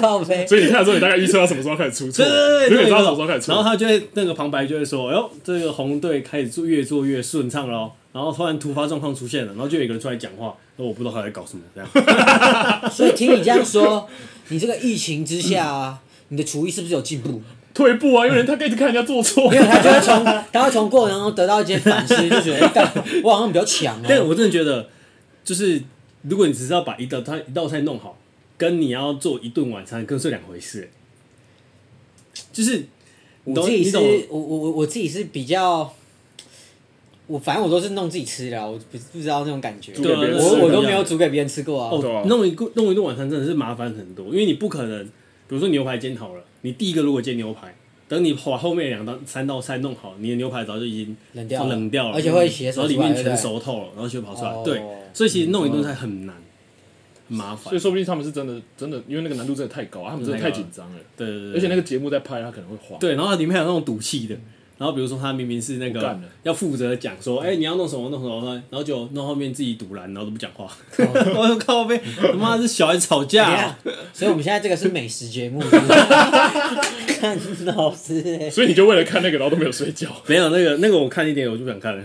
[SPEAKER 2] 靠背。
[SPEAKER 3] 所以你看的时候，你大概预测到什么时候开始出错，
[SPEAKER 1] 对对对
[SPEAKER 3] 因为
[SPEAKER 1] 对，
[SPEAKER 3] 你
[SPEAKER 1] 对
[SPEAKER 3] 知道什么时候开始出
[SPEAKER 1] 然后
[SPEAKER 3] 错。
[SPEAKER 1] 他就会那个旁白就会说：“哎呦，这个红队开始做越做越顺畅喽。”然后突然突发状况出现了，然后就有一个人出来讲话，说我不知道他在搞什么这样。
[SPEAKER 2] 所以听你这样说，你这个疫情之下啊，你的厨艺是不是有进步？
[SPEAKER 3] 退步啊，因为人他可以一直看人家 做错
[SPEAKER 2] 没。有，他就会从他会从过程中得到一些反思，就觉得哎干我好像比较强哦、
[SPEAKER 1] 但我真的觉得，就是如果你只是要把一道菜一道菜弄好，跟你要做一顿晚餐，更是两回事欸。就是你
[SPEAKER 2] 我
[SPEAKER 1] 懂
[SPEAKER 2] 自己
[SPEAKER 1] 你
[SPEAKER 2] 是，
[SPEAKER 1] 懂
[SPEAKER 2] 我我我我自己是比较，我反正我都是弄自己吃的啊，我不不知道那种感觉。
[SPEAKER 3] 对
[SPEAKER 1] 啊那是
[SPEAKER 2] 我我
[SPEAKER 1] 不
[SPEAKER 2] 都
[SPEAKER 1] 一样
[SPEAKER 2] 没有煮给别人吃过啊。
[SPEAKER 3] 对啊
[SPEAKER 1] 哦，弄一个弄一顿晚餐真的是麻烦很多，因为你不可能，比如说牛排煎好了，你第一个如果煎牛排，等你把后面两道三道菜弄好，你的牛排早就已经
[SPEAKER 2] 冷掉了
[SPEAKER 1] 冷掉了，嗯
[SPEAKER 2] 而且会血
[SPEAKER 1] 然
[SPEAKER 2] 手
[SPEAKER 1] 后里
[SPEAKER 2] 出来
[SPEAKER 1] 面
[SPEAKER 2] 对不
[SPEAKER 1] 全
[SPEAKER 2] 对
[SPEAKER 1] 熟透了，然后血跑出来
[SPEAKER 2] 哦，嗯
[SPEAKER 1] 对，所以其实弄一顿菜很难，很麻烦
[SPEAKER 3] 所以。说不定他们是真的，真的，因为那个难度真的太高，他们真的太紧张了。
[SPEAKER 1] 对对对，
[SPEAKER 3] 而且那个节目在拍，他可能会慌。
[SPEAKER 1] 对，然后它里面还有那种赌气的，然后比如说他明明是那
[SPEAKER 3] 不干
[SPEAKER 1] 个
[SPEAKER 3] 了
[SPEAKER 1] 要负责讲说，哎、你要弄什么弄什么，然后就弄后面自己堵拦，然后都不讲话，我说靠呗，他妈是小孩吵架
[SPEAKER 2] 等一
[SPEAKER 1] 啊、
[SPEAKER 2] 下，所以我们现在这个是美食节目，是 不是看老师、欸，
[SPEAKER 3] 所以你就为了看那个，然后都没有睡觉。
[SPEAKER 1] 没有那个那个我看一点我就不想看了，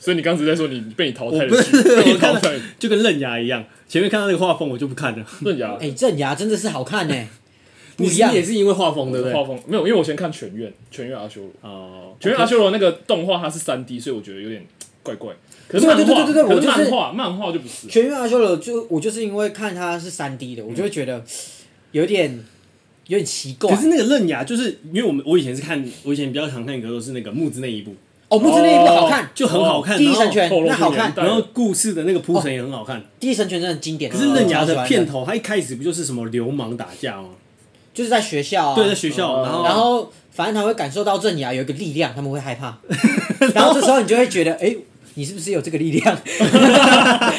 [SPEAKER 3] 所以你刚才在说你被你淘汰
[SPEAKER 1] 我
[SPEAKER 3] 了
[SPEAKER 1] 不
[SPEAKER 3] 剧，
[SPEAKER 1] 是
[SPEAKER 3] 被你
[SPEAKER 1] 我看
[SPEAKER 3] 淘
[SPEAKER 1] 了
[SPEAKER 3] 汰了。
[SPEAKER 1] 就跟刃牙一样，前面看到那个画风我就不看了。
[SPEAKER 3] 对呀，
[SPEAKER 2] 哎、正牙真的是好看呢、欸不
[SPEAKER 1] 你
[SPEAKER 2] 一
[SPEAKER 1] 是
[SPEAKER 2] 样
[SPEAKER 1] 也是因为画风对不
[SPEAKER 3] 画
[SPEAKER 1] 对？
[SPEAKER 3] 风没有，因为我先看全院，全院阿修罗，
[SPEAKER 1] 哦，
[SPEAKER 3] 全院阿修罗那个动画它是三 D，所以我觉得有点怪怪。可是
[SPEAKER 2] 对啊
[SPEAKER 3] 漫
[SPEAKER 2] 对
[SPEAKER 3] 画，
[SPEAKER 2] 对对对对
[SPEAKER 3] 可是
[SPEAKER 2] 我就是
[SPEAKER 3] 漫画漫画就不是
[SPEAKER 2] 《全面阿修罗》就我就是因为看它是三 D 的，我就会觉得有点有点奇怪
[SPEAKER 1] 可。是那个刃牙就是因为我们我以前是看我以前比较常看格斗是那个木之那一部，
[SPEAKER 2] 哦，木之那一部好看，
[SPEAKER 1] 就很好
[SPEAKER 3] 哦
[SPEAKER 1] 看，
[SPEAKER 2] 第一
[SPEAKER 1] 然后
[SPEAKER 2] 神拳
[SPEAKER 3] 透露
[SPEAKER 2] 那好看
[SPEAKER 3] 出年代
[SPEAKER 1] 然后故事的那个铺陈也很好看。
[SPEAKER 2] 第一神拳真的很经典。
[SPEAKER 1] 可是刃牙
[SPEAKER 2] 我超喜
[SPEAKER 1] 的
[SPEAKER 2] 欢
[SPEAKER 1] 片头，他一开始不就是什么流氓打架吗？
[SPEAKER 2] 就是在学校啊，
[SPEAKER 1] 对，在学校，
[SPEAKER 3] 哦
[SPEAKER 1] 然后
[SPEAKER 2] 然后反正他会感受到正牙有一个力量，他们会害 怕，然后这时候你就会觉得，哎、你是不是有这个力量？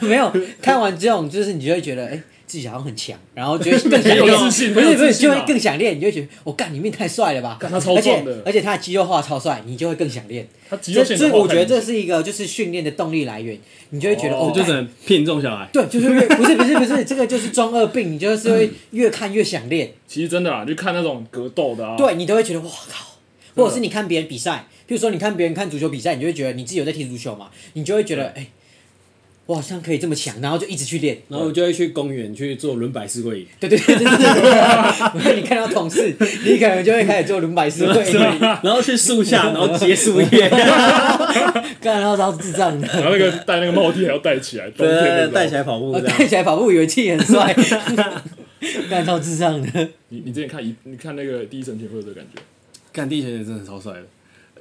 [SPEAKER 2] 没有，看完这种就是你就会觉得，哎、自己好像很强，然后就会更想
[SPEAKER 3] 很有
[SPEAKER 2] 练，
[SPEAKER 3] 自信
[SPEAKER 2] 不
[SPEAKER 3] 很
[SPEAKER 2] 是
[SPEAKER 3] 有
[SPEAKER 2] 不
[SPEAKER 3] 自
[SPEAKER 2] 是，
[SPEAKER 3] 信
[SPEAKER 2] 就
[SPEAKER 3] 啊
[SPEAKER 2] 会更想练，你就会觉得，我、干，你命太帅了吧？
[SPEAKER 3] 干他超
[SPEAKER 2] 而
[SPEAKER 3] 壮
[SPEAKER 2] 且
[SPEAKER 3] 的
[SPEAKER 2] 而且他的肌肉画超帅，你就会更想练。
[SPEAKER 3] 它肌肉
[SPEAKER 2] 这
[SPEAKER 3] 线
[SPEAKER 2] 所
[SPEAKER 3] 条
[SPEAKER 2] 以
[SPEAKER 3] 画
[SPEAKER 2] 我
[SPEAKER 3] 太
[SPEAKER 2] 觉得
[SPEAKER 3] 明
[SPEAKER 2] 这
[SPEAKER 3] 显
[SPEAKER 2] 是一个就是训练的动力来源，你就会觉得
[SPEAKER 3] 哦
[SPEAKER 2] 哦，
[SPEAKER 1] 就
[SPEAKER 2] 干
[SPEAKER 1] 是很骗这种小孩。
[SPEAKER 2] 对，就是越不是不是不是，这个就是中二病，你就是会越看越想练。
[SPEAKER 3] 其实真的啦，就看那种格斗的啊，
[SPEAKER 2] 对你都会觉得哇靠，或者是你看别人比赛，比如说你看别人看足球比赛，你就会觉得你自己有在踢足球嘛，你就会觉得哎、我好像可以这么强，然后就一直去练。
[SPEAKER 1] 然后我就会去公园去做轮摆式跪椅，
[SPEAKER 2] 对对对对对对对，你 看到同事，你可能就会开始做轮摆式会议，
[SPEAKER 1] 然后去树下，然后结树叶，
[SPEAKER 2] 干然后超智障
[SPEAKER 3] 然
[SPEAKER 2] 的，
[SPEAKER 3] 后那个戴那个帽 T 还要戴起来，冬天的时候
[SPEAKER 1] 带起来跑步
[SPEAKER 2] 我
[SPEAKER 1] 这
[SPEAKER 2] 看
[SPEAKER 1] 样。
[SPEAKER 2] 起来跑步以为自己很帅，干超智障的。
[SPEAKER 3] 你你之前看一你看那个第一神拳会有这个感觉，
[SPEAKER 1] 看地神也真的超帅的，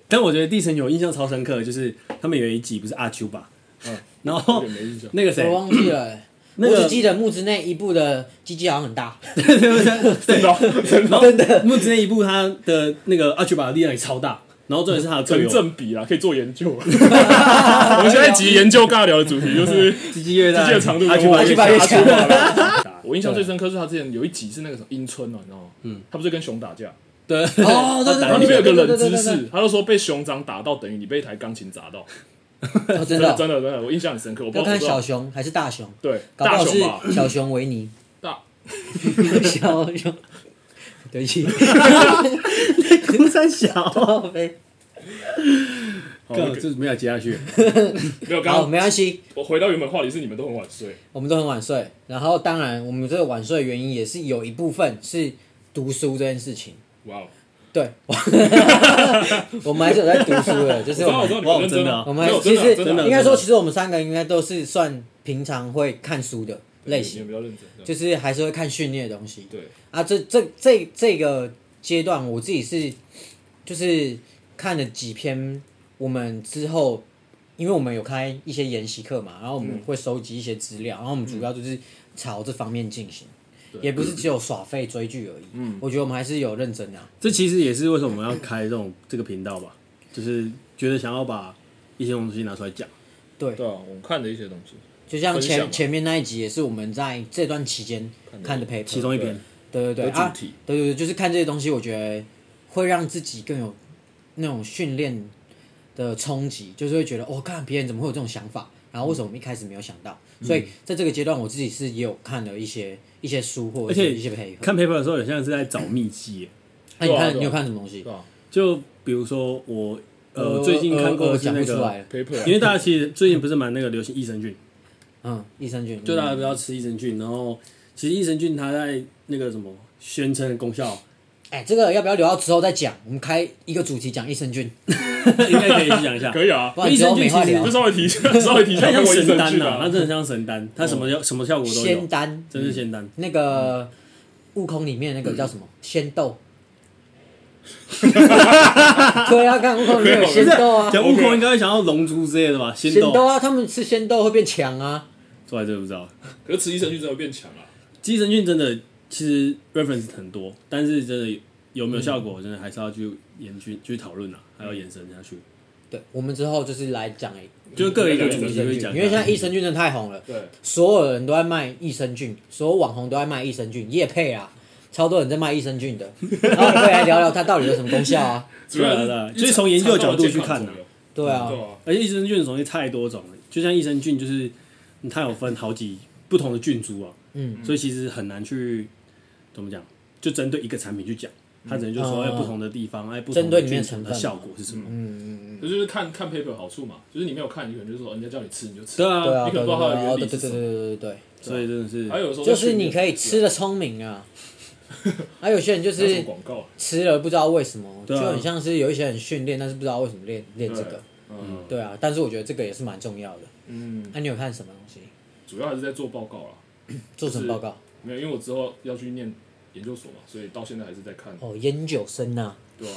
[SPEAKER 1] 但我觉得地神有印象超深刻，的就是他们有一集不是阿丘吧，
[SPEAKER 3] 嗯，
[SPEAKER 1] 然
[SPEAKER 3] 有
[SPEAKER 1] 后
[SPEAKER 3] 点没印象。
[SPEAKER 1] 那个谁
[SPEAKER 2] 我，忘记了，
[SPEAKER 1] 那
[SPEAKER 2] 我
[SPEAKER 1] 个
[SPEAKER 2] 只记得木之内一部的鸡鸡好像很大，
[SPEAKER 3] 真的哦真的哦
[SPEAKER 2] 真的。
[SPEAKER 1] 木之内一部他的那个阿丘巴的力量也超大，然后重点是他的队
[SPEAKER 3] 成
[SPEAKER 1] 友
[SPEAKER 3] 正比啦，可以做研究。我们现在集研究尬聊的主题就是
[SPEAKER 1] 直接越大，
[SPEAKER 3] 直接的长度
[SPEAKER 1] 阿
[SPEAKER 3] 跟
[SPEAKER 1] 丘巴
[SPEAKER 3] 我
[SPEAKER 1] 越
[SPEAKER 2] 阿丘巴越
[SPEAKER 1] 强
[SPEAKER 2] 强
[SPEAKER 1] 大。
[SPEAKER 3] 我印象最深刻是他之前有一集是那个什么英村哦，你知道吗？嗯，他不是跟熊打架，
[SPEAKER 1] 对，
[SPEAKER 2] 哦对对对
[SPEAKER 1] 他
[SPEAKER 3] 然
[SPEAKER 1] 打到
[SPEAKER 3] 后里面有个冷
[SPEAKER 2] 对
[SPEAKER 3] 知
[SPEAKER 2] 对对对
[SPEAKER 3] 识，他就说被熊掌打到等于你被一台钢琴砸到，
[SPEAKER 2] 哦真的
[SPEAKER 3] 真的
[SPEAKER 2] 哦，
[SPEAKER 3] 真的真的，我印象很深刻。我不
[SPEAKER 2] 要
[SPEAKER 3] 知道
[SPEAKER 2] 看小
[SPEAKER 3] 我不知道
[SPEAKER 2] 熊还是大熊，
[SPEAKER 3] 对
[SPEAKER 2] 搞不
[SPEAKER 3] 大
[SPEAKER 2] 好
[SPEAKER 3] 熊吧，
[SPEAKER 2] 是小熊维尼。
[SPEAKER 3] 大
[SPEAKER 2] 小熊，对不 起，
[SPEAKER 1] 哭三小，
[SPEAKER 2] 靠背
[SPEAKER 3] 好
[SPEAKER 1] 干
[SPEAKER 3] 那
[SPEAKER 1] 我
[SPEAKER 3] 个
[SPEAKER 1] 就是没有接下去。
[SPEAKER 3] 哦没有刚
[SPEAKER 2] 好，
[SPEAKER 3] 刚
[SPEAKER 2] 没关系，
[SPEAKER 3] 我回到原本话题是你们都很晚睡，
[SPEAKER 2] 我们都很晚睡。然后，当然，我们这个晚睡的原因也是有一部分是读书这件事情。
[SPEAKER 3] 哇哦，
[SPEAKER 2] 对，我们还是有在读书的，就
[SPEAKER 3] 我
[SPEAKER 2] 是
[SPEAKER 3] 知
[SPEAKER 2] 我
[SPEAKER 3] 道我
[SPEAKER 1] 哇
[SPEAKER 2] 们
[SPEAKER 3] 知道你们
[SPEAKER 1] 真
[SPEAKER 3] 认
[SPEAKER 1] 的
[SPEAKER 3] 啊
[SPEAKER 1] 啊
[SPEAKER 2] 我
[SPEAKER 3] 没有
[SPEAKER 2] 们
[SPEAKER 3] 真
[SPEAKER 2] 其
[SPEAKER 3] 的啊
[SPEAKER 2] 实
[SPEAKER 3] 真的啊
[SPEAKER 2] 应该说，其实我们三个应该都是算平常会看书的类
[SPEAKER 3] 你们
[SPEAKER 2] 型，
[SPEAKER 3] 比较认真，
[SPEAKER 2] 就
[SPEAKER 3] 对
[SPEAKER 2] 是还是会看训练的东西。
[SPEAKER 3] 对，
[SPEAKER 2] 啊，这这这这个阶段，我自己是就是看了几篇，我们之后，因为我们有开一些研习课嘛，然后我
[SPEAKER 3] 嗯
[SPEAKER 2] 们会收集一些资料，然后我们主要就是朝这方面进行，也不是只有耍废追剧而已。嗯，我觉得我们还是有认真的、啊。
[SPEAKER 1] 这其实也是为什么我们要开这种这个频道吧，就是觉得想要把一些东西拿出来讲。
[SPEAKER 2] 嗯对，
[SPEAKER 3] 对啊，我们看的一些东西，
[SPEAKER 2] 就像
[SPEAKER 3] 分享
[SPEAKER 2] 前
[SPEAKER 3] 嘛
[SPEAKER 2] 前面那一集也是我们在这段期间看的 paper，
[SPEAKER 1] 其中一篇
[SPEAKER 2] 对对对
[SPEAKER 3] 有主
[SPEAKER 2] 啊，
[SPEAKER 3] 题
[SPEAKER 2] 对对对，就是看这些东西，我觉得会让自己更有那种训练的冲击，就是会觉得哦，看别人怎么会有这种想法，然后为什么我们一开始没有想到？
[SPEAKER 1] 嗯
[SPEAKER 2] 所以在这个阶段，我自己是也有看了一些一些书或者
[SPEAKER 1] 而
[SPEAKER 2] 是
[SPEAKER 1] 且
[SPEAKER 2] 一些配合。
[SPEAKER 1] 看 paper 的时候，有些人是在找秘籍耶，
[SPEAKER 2] 那你
[SPEAKER 3] 对啊
[SPEAKER 2] 看
[SPEAKER 3] 对啊
[SPEAKER 2] 你有看什么东西？
[SPEAKER 3] 对啊
[SPEAKER 1] 就比如说我呃
[SPEAKER 2] 我
[SPEAKER 1] 最近看过
[SPEAKER 2] 呃
[SPEAKER 1] 的
[SPEAKER 2] 呃
[SPEAKER 1] 是
[SPEAKER 2] 讲
[SPEAKER 1] 那
[SPEAKER 2] 不出来
[SPEAKER 1] 个，
[SPEAKER 2] 了。
[SPEAKER 3] ，paper，啊
[SPEAKER 1] 因为大家其实最近不是蛮那个流 行益生菌，
[SPEAKER 2] 嗯，益生菌
[SPEAKER 1] 就大家不要吃益生菌，然后其实益生菌它在那个什么宣称的功 效
[SPEAKER 2] 哎，这个要不要留到之后再讲？我们开一个主题讲益生菌，
[SPEAKER 1] 应该可以去讲一下。
[SPEAKER 3] 可以啊，
[SPEAKER 2] 不然
[SPEAKER 1] 益
[SPEAKER 2] 之后
[SPEAKER 1] 生菌
[SPEAKER 2] 没话
[SPEAKER 1] 其实
[SPEAKER 2] 聊
[SPEAKER 3] 就。稍微提一下， 稍微提一下
[SPEAKER 1] 它
[SPEAKER 3] 跟
[SPEAKER 1] 像
[SPEAKER 3] 我一
[SPEAKER 1] 神
[SPEAKER 3] 生去
[SPEAKER 1] 丹
[SPEAKER 3] 啊
[SPEAKER 1] 啊，它，真的像神丹，它什么效什么效果都
[SPEAKER 2] 嗯仙
[SPEAKER 1] 有，
[SPEAKER 2] 丹
[SPEAKER 1] 真是仙丹。
[SPEAKER 2] 那个悟空里面那个叫什么仙豆？对啊，看悟空里面有仙豆啊，
[SPEAKER 1] 讲悟空应该会想要龙珠之类的吧？仙
[SPEAKER 2] 仙
[SPEAKER 1] 豆，
[SPEAKER 2] 豆啊，他们吃仙豆会变强啊。
[SPEAKER 1] 说来真的不知道。
[SPEAKER 3] 可是吃益生菌真的变强啊，
[SPEAKER 1] 寄生菌真的其实 reference 很多，但是真的有没有效
[SPEAKER 2] 嗯
[SPEAKER 1] 果，真的还是要去研究、去讨论啊，还要延伸下去。
[SPEAKER 2] 对，我们之后就是来讲哎
[SPEAKER 1] 就各一个主
[SPEAKER 2] 益
[SPEAKER 1] 题
[SPEAKER 2] 生
[SPEAKER 1] 会
[SPEAKER 2] 菌，
[SPEAKER 1] 讲，
[SPEAKER 2] 因为现在益生菌真的太红了，
[SPEAKER 3] 对，
[SPEAKER 2] 所有人都在卖益生菌，所有网红都在卖益生菌，叶配啊，超多人在卖益生菌的。然后我们可以来聊聊它到底有什么功效啊？
[SPEAKER 3] 主要
[SPEAKER 1] 对啊
[SPEAKER 3] 是
[SPEAKER 1] 就是从研究角度去
[SPEAKER 3] 看
[SPEAKER 1] 看
[SPEAKER 3] 的
[SPEAKER 1] 啊，
[SPEAKER 2] 对啊，
[SPEAKER 3] 对啊，
[SPEAKER 1] 而且益生菌的种类太多种了，就像益生菌就是嗯它有分好几不同的菌株啊，
[SPEAKER 2] 嗯，
[SPEAKER 1] 所以其实很难去怎么讲，就针对一个产品去讲，它只能就说
[SPEAKER 2] 嗯
[SPEAKER 1] 哎
[SPEAKER 2] 哦
[SPEAKER 1] 不同的地方哎不
[SPEAKER 2] 针
[SPEAKER 1] 同
[SPEAKER 2] 对
[SPEAKER 1] 的
[SPEAKER 2] 里面
[SPEAKER 1] 菌种的
[SPEAKER 2] 的成分嗯嘛
[SPEAKER 1] 效果是什么。
[SPEAKER 3] 这嗯就是看看 paper 好处嘛，就是你没有看，你可能就是说哦人家叫你吃你就吃
[SPEAKER 1] 对，啊，
[SPEAKER 2] 对啊，
[SPEAKER 3] 你可
[SPEAKER 2] 对
[SPEAKER 3] 能
[SPEAKER 2] 对
[SPEAKER 3] 不知道它的
[SPEAKER 2] 对对
[SPEAKER 3] 原理
[SPEAKER 2] 对
[SPEAKER 3] 是
[SPEAKER 2] 对
[SPEAKER 3] 什么
[SPEAKER 2] 对对对。
[SPEAKER 1] 所以真的是
[SPEAKER 3] 还有有时候
[SPEAKER 2] 就是你可以吃的聪明啊。还、有些人就
[SPEAKER 3] 这
[SPEAKER 2] 是
[SPEAKER 3] 是广告啊，
[SPEAKER 2] 吃了不知道为什么，
[SPEAKER 1] 对啊
[SPEAKER 2] 就很像是有一些人训练，但是不知道为什么练练这个。
[SPEAKER 3] 嗯
[SPEAKER 2] 对啊，但是我觉得这个也是蛮重要的。
[SPEAKER 3] 嗯，
[SPEAKER 2] 那、你有看什么东西？
[SPEAKER 3] 主要还是在做报告啦，
[SPEAKER 2] 做什么报告？
[SPEAKER 3] 没有，因为我之后要去念研究所嘛，所以到现在还是在看，
[SPEAKER 2] 哦，研究生呐、
[SPEAKER 3] 对吧？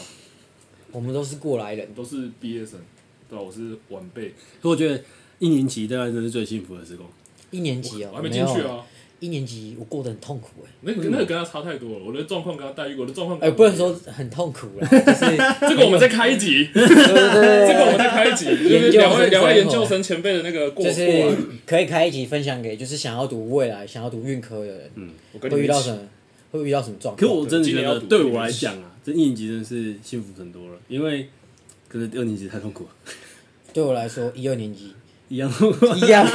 [SPEAKER 2] 我们都是过来人。
[SPEAKER 3] 都是毕业生，对啊吧？我是晚辈，
[SPEAKER 2] 哦
[SPEAKER 1] 所以我觉得一年级当然真的是最幸福的时光。
[SPEAKER 2] 一年级哦，
[SPEAKER 3] 我还没进去
[SPEAKER 2] 有
[SPEAKER 3] 啊。
[SPEAKER 2] 一年级我过得很痛苦哎、
[SPEAKER 3] 那个那个跟他差太多了，我的状况跟他待遇，我的状况
[SPEAKER 2] 哎、不能说很痛苦 啦，就是
[SPEAKER 3] 这个，我们再开一集，
[SPEAKER 2] 对对对
[SPEAKER 3] 这个我
[SPEAKER 2] 对
[SPEAKER 3] 们再 开一集，就是两位两位研究生前辈的那个过
[SPEAKER 2] 就
[SPEAKER 3] 过啊完，
[SPEAKER 2] 是可以开一集分享给就是想要读未来、想要读运科的人，
[SPEAKER 3] 我跟
[SPEAKER 2] 会
[SPEAKER 3] 你们
[SPEAKER 2] 遇
[SPEAKER 3] 一
[SPEAKER 2] 到
[SPEAKER 3] 起
[SPEAKER 2] 什么？会遇到什么状
[SPEAKER 1] 嗯
[SPEAKER 2] 况？
[SPEAKER 1] 可我真的觉
[SPEAKER 3] 今年
[SPEAKER 1] 得
[SPEAKER 3] 要，读
[SPEAKER 1] 对我来讲啊，这一年级真的是幸福很多了，因为可是二年级太痛苦了，
[SPEAKER 2] 对我来说，一二 年级
[SPEAKER 1] 一样痛苦。
[SPEAKER 2] 一样，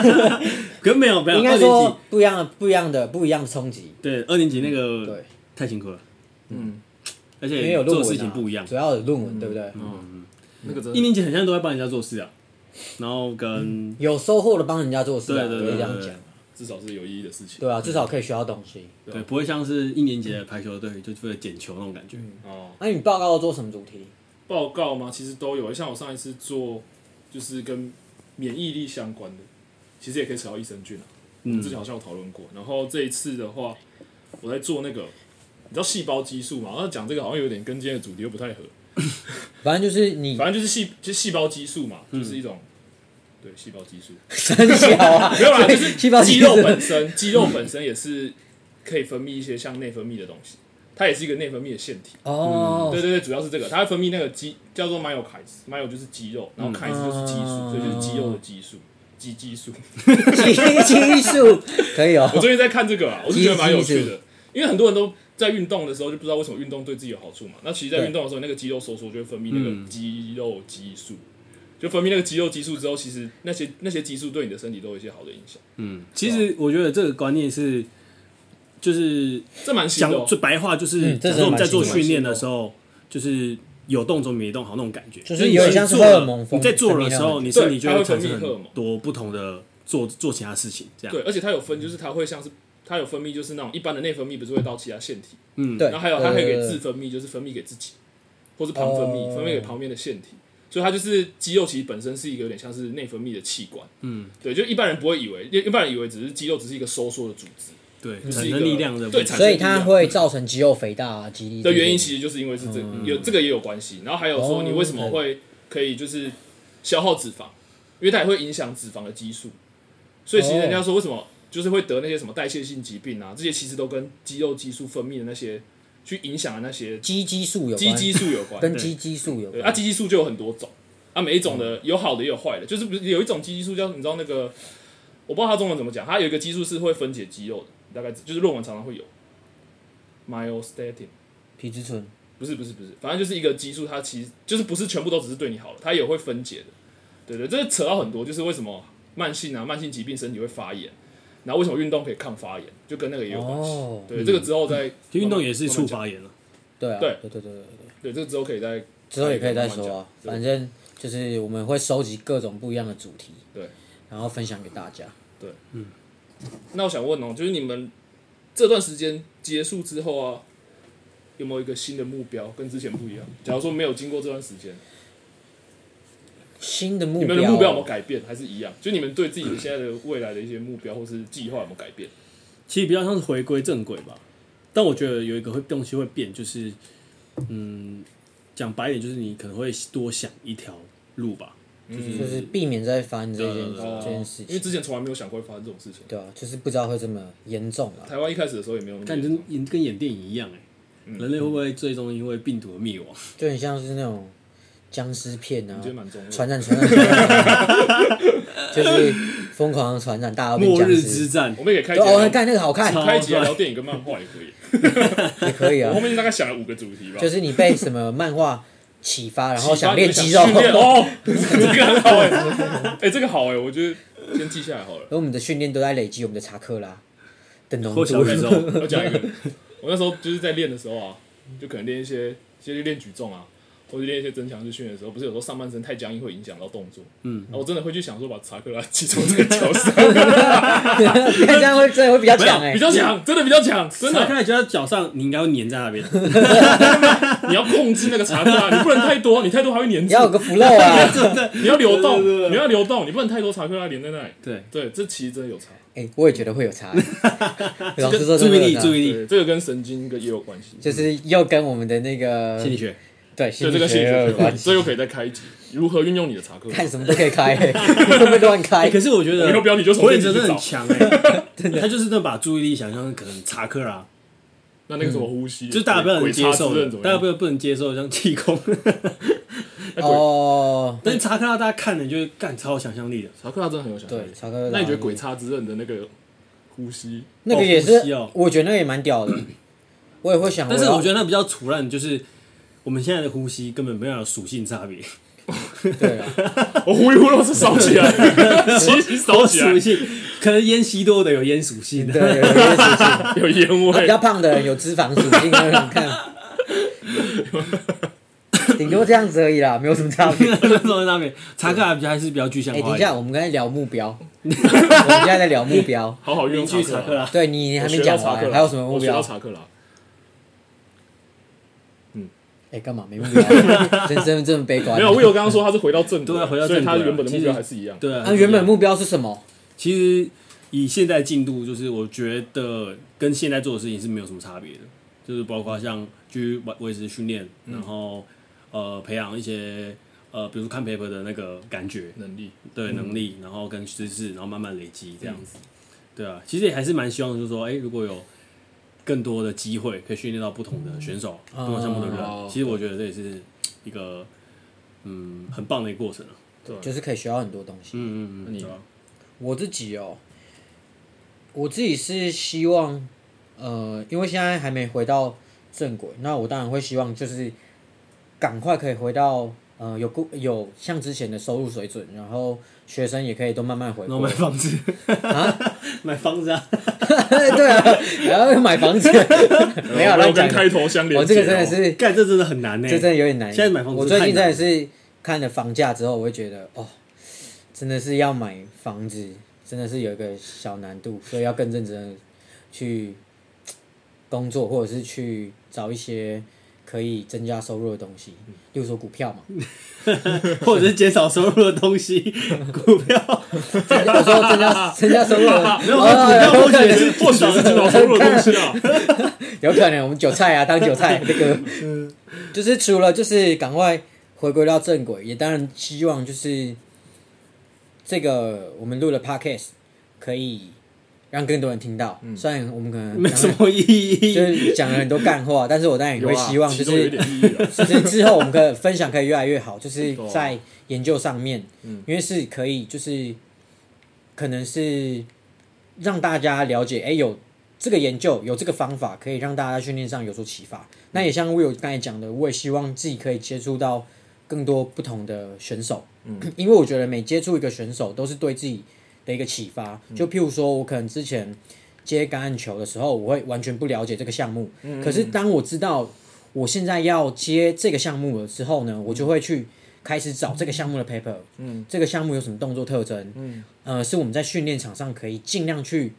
[SPEAKER 1] 可没有没有，
[SPEAKER 2] 应
[SPEAKER 1] 二
[SPEAKER 2] 该
[SPEAKER 1] 年级
[SPEAKER 2] 说不一样的、不一样的、不一样的冲击。
[SPEAKER 1] 对二年级那个
[SPEAKER 2] 对，
[SPEAKER 1] 太辛苦了，
[SPEAKER 3] 嗯，
[SPEAKER 1] 而
[SPEAKER 2] 因为
[SPEAKER 1] 且
[SPEAKER 2] 有
[SPEAKER 1] 做
[SPEAKER 2] 论文啊
[SPEAKER 1] 事情不一样
[SPEAKER 2] 主。要有论文，对不对？
[SPEAKER 3] 那个真
[SPEAKER 1] 一
[SPEAKER 3] 的
[SPEAKER 1] 年级很像都在帮人家做事啊，然后跟
[SPEAKER 2] 有收获的帮人家做事、啊，
[SPEAKER 1] 对对
[SPEAKER 2] 可以
[SPEAKER 1] 对
[SPEAKER 2] 这样
[SPEAKER 1] 对
[SPEAKER 2] 讲，
[SPEAKER 3] 至少是有意义的事情。
[SPEAKER 2] 对啊，至少可以学到东西。
[SPEAKER 3] 嗯
[SPEAKER 1] 对，不会像是一年级的排球队就为了捡球那种感觉。
[SPEAKER 2] 嗯
[SPEAKER 3] 哦，
[SPEAKER 2] 那、你报告要做什么主题？
[SPEAKER 3] 报告吗？其实都有，像我上一次做就是跟免疫力相关的，其实也可以扯到益生菌啊。
[SPEAKER 1] 嗯
[SPEAKER 3] 之前好像有讨论过。然后这一次的话，我在做那个，你知道细胞激素嘛？那讲这个好像有点跟今天的主题又不太合。
[SPEAKER 2] 反正就是你
[SPEAKER 3] 反正就是细，就是细胞激素嘛，
[SPEAKER 2] 嗯
[SPEAKER 3] 就是一种。对细胞激素，
[SPEAKER 2] 很小啊，
[SPEAKER 3] 没有啦，就是
[SPEAKER 2] 细胞
[SPEAKER 3] 肌
[SPEAKER 2] 激
[SPEAKER 3] 肉
[SPEAKER 2] 素
[SPEAKER 3] 本身，肌肉本身也是可以分泌一些像内分泌的东西，它也是一个内分泌的腺体。
[SPEAKER 2] 哦，
[SPEAKER 3] 对对对，主要是这个，它会分泌那个肌叫做 myokines，myo 就是肌肉，然后 kines 就是激素，
[SPEAKER 2] 嗯
[SPEAKER 3] 所以就是肌肉的激素，肌激素。
[SPEAKER 2] 激激素可以哦
[SPEAKER 3] 我。最近在看这个啊，我是觉得蛮有趣
[SPEAKER 2] 肌
[SPEAKER 3] 的，因为很多人都在运动的时候就不知道为什么运动对自己有好处嘛。那其实，在运动的时候，那个肌肉收缩就会分泌那
[SPEAKER 1] 嗯
[SPEAKER 3] 个肌肉激素，就分泌那个肌肉激素之后，其实那些那些激素对你的身体都有一些好的影响，
[SPEAKER 1] 嗯，其实我觉得这个观念是，就是
[SPEAKER 3] 这蛮新
[SPEAKER 1] 讲
[SPEAKER 3] 的哦。
[SPEAKER 1] 最白话就是，
[SPEAKER 2] 嗯
[SPEAKER 1] 假
[SPEAKER 2] 这真的
[SPEAKER 1] 设我们在做
[SPEAKER 2] 蛮新的
[SPEAKER 1] 训练的时候，就是有动作没动好那种感觉，
[SPEAKER 2] 就是
[SPEAKER 1] 你
[SPEAKER 2] 有点
[SPEAKER 1] 去
[SPEAKER 2] 像是
[SPEAKER 1] 做
[SPEAKER 2] 荷尔
[SPEAKER 1] 了
[SPEAKER 2] 蒙分
[SPEAKER 1] 你在做的时候，
[SPEAKER 2] 分泌
[SPEAKER 1] 你身体
[SPEAKER 3] 那种
[SPEAKER 1] 就会
[SPEAKER 3] 对它会
[SPEAKER 1] 产生
[SPEAKER 3] 分泌荷尔
[SPEAKER 1] 很
[SPEAKER 3] 蒙
[SPEAKER 1] 多不同的做做其他事情，这样
[SPEAKER 3] 对，而且它有分，就是它会像是它有分泌，就是那种一般的内分泌不是会到其他腺体，
[SPEAKER 2] 对，
[SPEAKER 3] 嗯然后还有它还有给
[SPEAKER 2] 对
[SPEAKER 3] 自分泌，就是分泌给自己，或是旁分泌，
[SPEAKER 2] 呃哦
[SPEAKER 3] 分泌给旁边的腺体。所以它就是肌肉，其实本身是一个有点像是内分泌的器官。嗯，对，就一般人不会以为，一一般人以为只是肌肉只是一个收缩的组织
[SPEAKER 1] 对，
[SPEAKER 3] 是
[SPEAKER 1] 产
[SPEAKER 3] 一
[SPEAKER 1] 生
[SPEAKER 3] 个
[SPEAKER 1] 力量的
[SPEAKER 3] 对
[SPEAKER 1] 部分
[SPEAKER 3] 产
[SPEAKER 2] 所以它会造成肌肉肥大、啊、肌力
[SPEAKER 3] 的原因，
[SPEAKER 2] 这些
[SPEAKER 3] 其实就是因为是这
[SPEAKER 2] 嗯
[SPEAKER 3] 有这个也有关系。然后还有
[SPEAKER 2] 哦
[SPEAKER 3] 说你为什么会可以就是消耗脂肪，因为它也会影响脂肪的激素。所以其实
[SPEAKER 2] 哦
[SPEAKER 3] 人家说为什么就是会得那些什么代谢性疾病啊，这些其实都跟肌肉激素分泌的那些去影响的那些
[SPEAKER 2] 肌激素有
[SPEAKER 3] 肌
[SPEAKER 2] 关，
[SPEAKER 3] 激素有 关。
[SPEAKER 2] 跟肌激素有
[SPEAKER 1] 嗯
[SPEAKER 3] 对，
[SPEAKER 2] 关。
[SPEAKER 3] 啊，鸡激素就有很多种，啊，每一种的有好的也有坏的，就是不是有一种鸡激素叫你知道那个，我不知道它中文怎么讲，它有一个激素是会分解肌肉的，大概就是论文常常会有，myostatin，
[SPEAKER 2] 皮质醇，
[SPEAKER 3] 不是不是不是，反正就是一个激素，它其实就是不是全部都只是对你好了，它也会分解的，对对，这扯到很多，就是为什么慢性啊慢性疾病身体会发炎，然后为什么运动可以抗发炎，就跟那个也有关系，
[SPEAKER 2] 哦
[SPEAKER 3] 对，这个之后再
[SPEAKER 1] 其实嗯运动也是
[SPEAKER 3] 慢慢
[SPEAKER 1] 触
[SPEAKER 3] 讲，
[SPEAKER 1] 发炎了，
[SPEAKER 2] 对啊，
[SPEAKER 3] 对
[SPEAKER 2] 对对对对对，
[SPEAKER 3] 对，这个之后可以再
[SPEAKER 2] 之后也可以再说
[SPEAKER 3] 慢慢
[SPEAKER 2] 啊，
[SPEAKER 3] 讲
[SPEAKER 2] 反正就是我们会收集各种不一样的主题，
[SPEAKER 3] 对。
[SPEAKER 2] 然后分享给大家。
[SPEAKER 3] 那我想问哦，就是你们这段时间结束之后啊，有没有一个新的目标跟之前不一样？假如说没有经过这段时间，
[SPEAKER 2] 新的目
[SPEAKER 3] 你
[SPEAKER 2] 标，哦
[SPEAKER 3] 们的目标有没有改变，还是一样？就你们对自己现在的未来的一些目标或是计划有没有改变？
[SPEAKER 1] 其实比较像是回归正轨吧。但我觉得有一个会东西会变，就是嗯，讲白一点，就是你可能会多想一条路吧，
[SPEAKER 3] 嗯
[SPEAKER 1] 就是
[SPEAKER 2] 就是避免再发生这件
[SPEAKER 1] 对
[SPEAKER 2] 嗯这件事
[SPEAKER 3] 呃因
[SPEAKER 2] 情，
[SPEAKER 3] 为之前从来没有想过会发生这种事情。
[SPEAKER 2] 对啊，就是不知道会这么严重啊。
[SPEAKER 3] 台湾一开始的时候也没有那么
[SPEAKER 1] 看
[SPEAKER 3] 严
[SPEAKER 1] 你
[SPEAKER 3] 重
[SPEAKER 1] 跟演跟演电影一样哎、
[SPEAKER 3] 嗯
[SPEAKER 1] 人类会不会最终因为病毒而灭亡？
[SPEAKER 2] 就很像是那种僵尸片啊
[SPEAKER 3] 你觉得蛮重要，的
[SPEAKER 2] 传染传染传染，就是疯狂地传染，大家都变
[SPEAKER 1] 末
[SPEAKER 2] 僵
[SPEAKER 1] 日之
[SPEAKER 2] 尸。
[SPEAKER 1] 战
[SPEAKER 3] 我，们也可以开
[SPEAKER 2] 对哦，
[SPEAKER 3] 节
[SPEAKER 2] 干那个好看，
[SPEAKER 1] 超
[SPEAKER 3] 开节聊电影跟漫画也可以。
[SPEAKER 2] 也可以啊
[SPEAKER 3] 我后。面大概想了五个主题吧，
[SPEAKER 2] 就是你被什么漫画启发，然后
[SPEAKER 3] 启
[SPEAKER 2] 想
[SPEAKER 3] 发你
[SPEAKER 2] 练
[SPEAKER 3] 们
[SPEAKER 2] 肌肉。
[SPEAKER 3] 训 练哦，这个很好哎，哎，这个好哎，我觉得先记下来好了。
[SPEAKER 2] 而我们的训练都在累积我们的查克拉的浓
[SPEAKER 1] 或小
[SPEAKER 2] 度。
[SPEAKER 1] 宇宙。
[SPEAKER 3] 我 讲一个，我那时候就是在练的时候啊，就可能练一些，先练举重啊，或者练一些增强式训练的时候，不是有时候上半身太僵硬会影响到动作，嗯，然后我真的会去想说把查克拉集中 这个脚上，
[SPEAKER 2] 看这样会真的会比较强 哎
[SPEAKER 3] 比。较强，真的比较强，真
[SPEAKER 1] 欸查克
[SPEAKER 3] 的，
[SPEAKER 1] 拉觉得脚上你应该要粘在那边，
[SPEAKER 3] 你要控制那个查克拉，你不能太多，你太多还会粘
[SPEAKER 2] 你要有
[SPEAKER 3] 住，
[SPEAKER 2] 个 flow 啊！
[SPEAKER 3] 你要流动
[SPEAKER 1] 对对对，
[SPEAKER 3] 你要流动，你不能太多查克拉连在那里，
[SPEAKER 1] 对，
[SPEAKER 3] 对，这其实真的有差，
[SPEAKER 2] 哎，我也觉得会 有差欸。老师说
[SPEAKER 1] 注意力
[SPEAKER 2] 真的会有差
[SPEAKER 1] 注意力，
[SPEAKER 3] 对，这个跟神经跟也有关系，
[SPEAKER 2] 就是又跟我们的那个
[SPEAKER 1] 心理学。
[SPEAKER 2] 对
[SPEAKER 3] 对
[SPEAKER 2] 心
[SPEAKER 3] 这
[SPEAKER 2] 理
[SPEAKER 3] 个心理
[SPEAKER 2] 学
[SPEAKER 3] 学
[SPEAKER 2] 有
[SPEAKER 3] 有关
[SPEAKER 2] 关
[SPEAKER 3] 系，这又
[SPEAKER 2] 系。
[SPEAKER 3] 可以再开一集，如何运用你的查克拉，
[SPEAKER 2] 看什么都可以开 欸，会不会乱
[SPEAKER 1] 哎，
[SPEAKER 2] 开
[SPEAKER 1] 可？是我觉
[SPEAKER 3] 我
[SPEAKER 1] 得
[SPEAKER 3] 以后标题就从
[SPEAKER 1] 火影
[SPEAKER 3] 这
[SPEAKER 1] 真
[SPEAKER 3] 里去
[SPEAKER 1] 的很
[SPEAKER 3] 找
[SPEAKER 1] 强 哎，他就是真的把注意力想象成可能查克拉，
[SPEAKER 3] 那那个什么呼吸，
[SPEAKER 1] 嗯就是大家不能
[SPEAKER 3] 鬼
[SPEAKER 1] 接
[SPEAKER 3] 叉
[SPEAKER 1] 受
[SPEAKER 3] 之刃
[SPEAKER 1] 的
[SPEAKER 3] 怎，么
[SPEAKER 1] 大家
[SPEAKER 3] 样
[SPEAKER 1] 不能不能接受像气功，
[SPEAKER 2] 哦，
[SPEAKER 1] 但是查克拉大家看了你就会干超有想象力的，
[SPEAKER 3] 查克拉真的很有想象力
[SPEAKER 2] 对，。啊查克拉。
[SPEAKER 3] 那你觉得《鬼叉之刃》的那个呼吸？
[SPEAKER 2] 那个也是
[SPEAKER 1] 哦呼吸哦，
[SPEAKER 2] 我觉得那个也蛮屌的。我也会想，
[SPEAKER 1] 但是我觉
[SPEAKER 2] 得
[SPEAKER 1] 得那比较突然，就是我们现在的呼吸根本没有属性差别，
[SPEAKER 2] 对啊，
[SPEAKER 3] 我呼一呼都是烧起来， 其实烧起来
[SPEAKER 1] 属性可能烟吸多的有烟属性的，
[SPEAKER 2] 对，有一些事情。
[SPEAKER 3] 有烟
[SPEAKER 2] 啊比
[SPEAKER 3] 味
[SPEAKER 2] 较。胖的人有脂肪属性，你看，顶多这样子而已啦，没有什么差 别。
[SPEAKER 1] 什么差别？查克还比较还是比较具象
[SPEAKER 2] 哎、
[SPEAKER 1] 化。
[SPEAKER 2] 等一下，，我们刚才聊目标， 我们现在在聊目标。
[SPEAKER 3] 好好
[SPEAKER 1] 你
[SPEAKER 3] 用
[SPEAKER 1] 去
[SPEAKER 3] 查
[SPEAKER 1] 查
[SPEAKER 3] 克
[SPEAKER 1] 克
[SPEAKER 3] 拉，
[SPEAKER 1] 拉，
[SPEAKER 2] 对你啊你还
[SPEAKER 3] 我
[SPEAKER 2] 没
[SPEAKER 3] 学
[SPEAKER 2] 讲
[SPEAKER 3] 到查克
[SPEAKER 2] 完，
[SPEAKER 3] 拉，
[SPEAKER 2] 还有什么目
[SPEAKER 3] 我学到
[SPEAKER 2] 标？
[SPEAKER 3] 查克拉，
[SPEAKER 2] 哎，干嘛没目 标？人生这么悲观？
[SPEAKER 3] 没有，我有刚刚说他是回到正轨，
[SPEAKER 1] 对啊回到
[SPEAKER 3] 所以
[SPEAKER 1] 正
[SPEAKER 3] 他
[SPEAKER 1] 轨啊
[SPEAKER 3] 原本的目
[SPEAKER 1] 其
[SPEAKER 3] 标
[SPEAKER 1] 实
[SPEAKER 3] 还是一样。
[SPEAKER 1] 对啊
[SPEAKER 2] 那原本目标是什么？
[SPEAKER 1] 其实以现在进度，就是我觉得跟现在做的事情是没有什么差别的，就是包括像去维维持训练，然后呃培养一些呃，比如说看 paper 的那个感觉，
[SPEAKER 3] 能力，
[SPEAKER 1] 对能力，然后跟知识，然后慢慢累积这样子。对啊，其实也还是蛮希望，就是说，哎、如果有更多的机会可以训练到不同的选手、不同项目的人，
[SPEAKER 3] 哦
[SPEAKER 1] 其实我觉得这也是一个嗯很棒的一个过程啊。
[SPEAKER 2] 就是可以学到很多东西。
[SPEAKER 1] 嗯嗯
[SPEAKER 3] 那
[SPEAKER 1] 嗯，
[SPEAKER 3] 你
[SPEAKER 1] 对啊
[SPEAKER 2] 我自己哦，我自己是希望，呃，因为现在还没回到正轨，那我当然会希望就是赶快可以回到呃有固有像之前的收入水准，然后学生也可以都慢慢回
[SPEAKER 1] 然后买
[SPEAKER 2] 归。
[SPEAKER 1] 房子啊， 买房子啊，
[SPEAKER 2] 对啊，然后买房 子，没有啊
[SPEAKER 3] 我
[SPEAKER 2] 乱
[SPEAKER 3] 有
[SPEAKER 2] 讲
[SPEAKER 3] 跟。开头相连
[SPEAKER 2] 我
[SPEAKER 3] 接
[SPEAKER 2] 这
[SPEAKER 3] 哦，
[SPEAKER 2] 个真的是
[SPEAKER 1] 干这真的很难呢、
[SPEAKER 2] 这真的有点难。
[SPEAKER 1] 现在买房子
[SPEAKER 2] 我最近
[SPEAKER 1] 太难
[SPEAKER 2] 真的
[SPEAKER 1] 了
[SPEAKER 2] 是看了房价之后，我会觉得哦，真的是要买房子，真的是有一个小难度，所以要更认真的去嘖工作，或者是去找一些可以增加收入的东西，例如说股 票嘛。
[SPEAKER 1] 或者是减少收入的东 西，股票，
[SPEAKER 2] 增加我说增加增加收入的，
[SPEAKER 1] 没有说股票
[SPEAKER 2] 哦
[SPEAKER 1] 或许也是
[SPEAKER 3] 或许是 指导收入的东西啊。
[SPEAKER 2] 有可能我们韭菜啊，当韭 菜那个，
[SPEAKER 3] 嗯
[SPEAKER 2] 就是除了就是赶快回归到正轨，也当然希望就是这个我们录的 podcast 可以让更多人听到。
[SPEAKER 3] 嗯
[SPEAKER 2] 虽然我们可能
[SPEAKER 1] 没什么意义。
[SPEAKER 2] 就是讲了很多干话，但是我当然也
[SPEAKER 3] 有
[SPEAKER 2] 会
[SPEAKER 3] 啊
[SPEAKER 2] 希望就
[SPEAKER 3] 其中有一
[SPEAKER 2] 是
[SPEAKER 3] 点意义啊。
[SPEAKER 2] 就是之后我们的分享可以越来越好，就是
[SPEAKER 3] 对啊
[SPEAKER 2] 在研究上面，
[SPEAKER 3] 嗯
[SPEAKER 2] 因为是可以就是可能是让大家了解，哎、有这个研究，有这个方法，可以让大家在训练上有所启发。那也像 Will 刚才讲的，我也希望自己可以接触到更多不同的选手，
[SPEAKER 3] 嗯
[SPEAKER 2] 因为我觉得每接触一个选手都是对自己的一个启发。
[SPEAKER 3] 嗯
[SPEAKER 2] 就譬如说，我可能之前接橄榄球的时候，我会完全不了解这个项目，
[SPEAKER 3] 嗯
[SPEAKER 2] 可是当我知道我现在要接这个项目了之后呢，我就会去开始找这个项目的 paper，嗯，这个项目有什么动作特征，嗯，呃，是我们在训练场上可以尽量去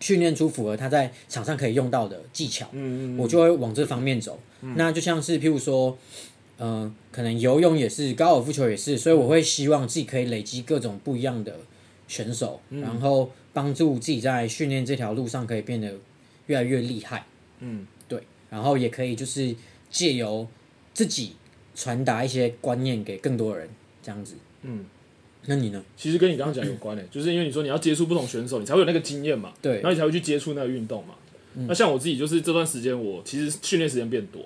[SPEAKER 2] 训练出符合他在场上可以用到的技巧，嗯我就会往这方面走。那就像是譬如说，呃，可能游泳也是，高尔夫球也是，所以我会希望自己可以累积各种不一样的选手，然后帮助自己在训练这条路上可以变得越来越厉害。对，然后也可以就是借由自己传达一些观念给更多人，这样子。
[SPEAKER 3] 嗯，
[SPEAKER 2] 那你呢？
[SPEAKER 3] 其实跟你刚刚讲有关诶、就是因为你说你要接触不同选手，你才会有那个经验嘛，
[SPEAKER 2] 对
[SPEAKER 3] 然后你才会去接触那个运动嘛。那像我自己，就是这段时间我其实训练时间变多，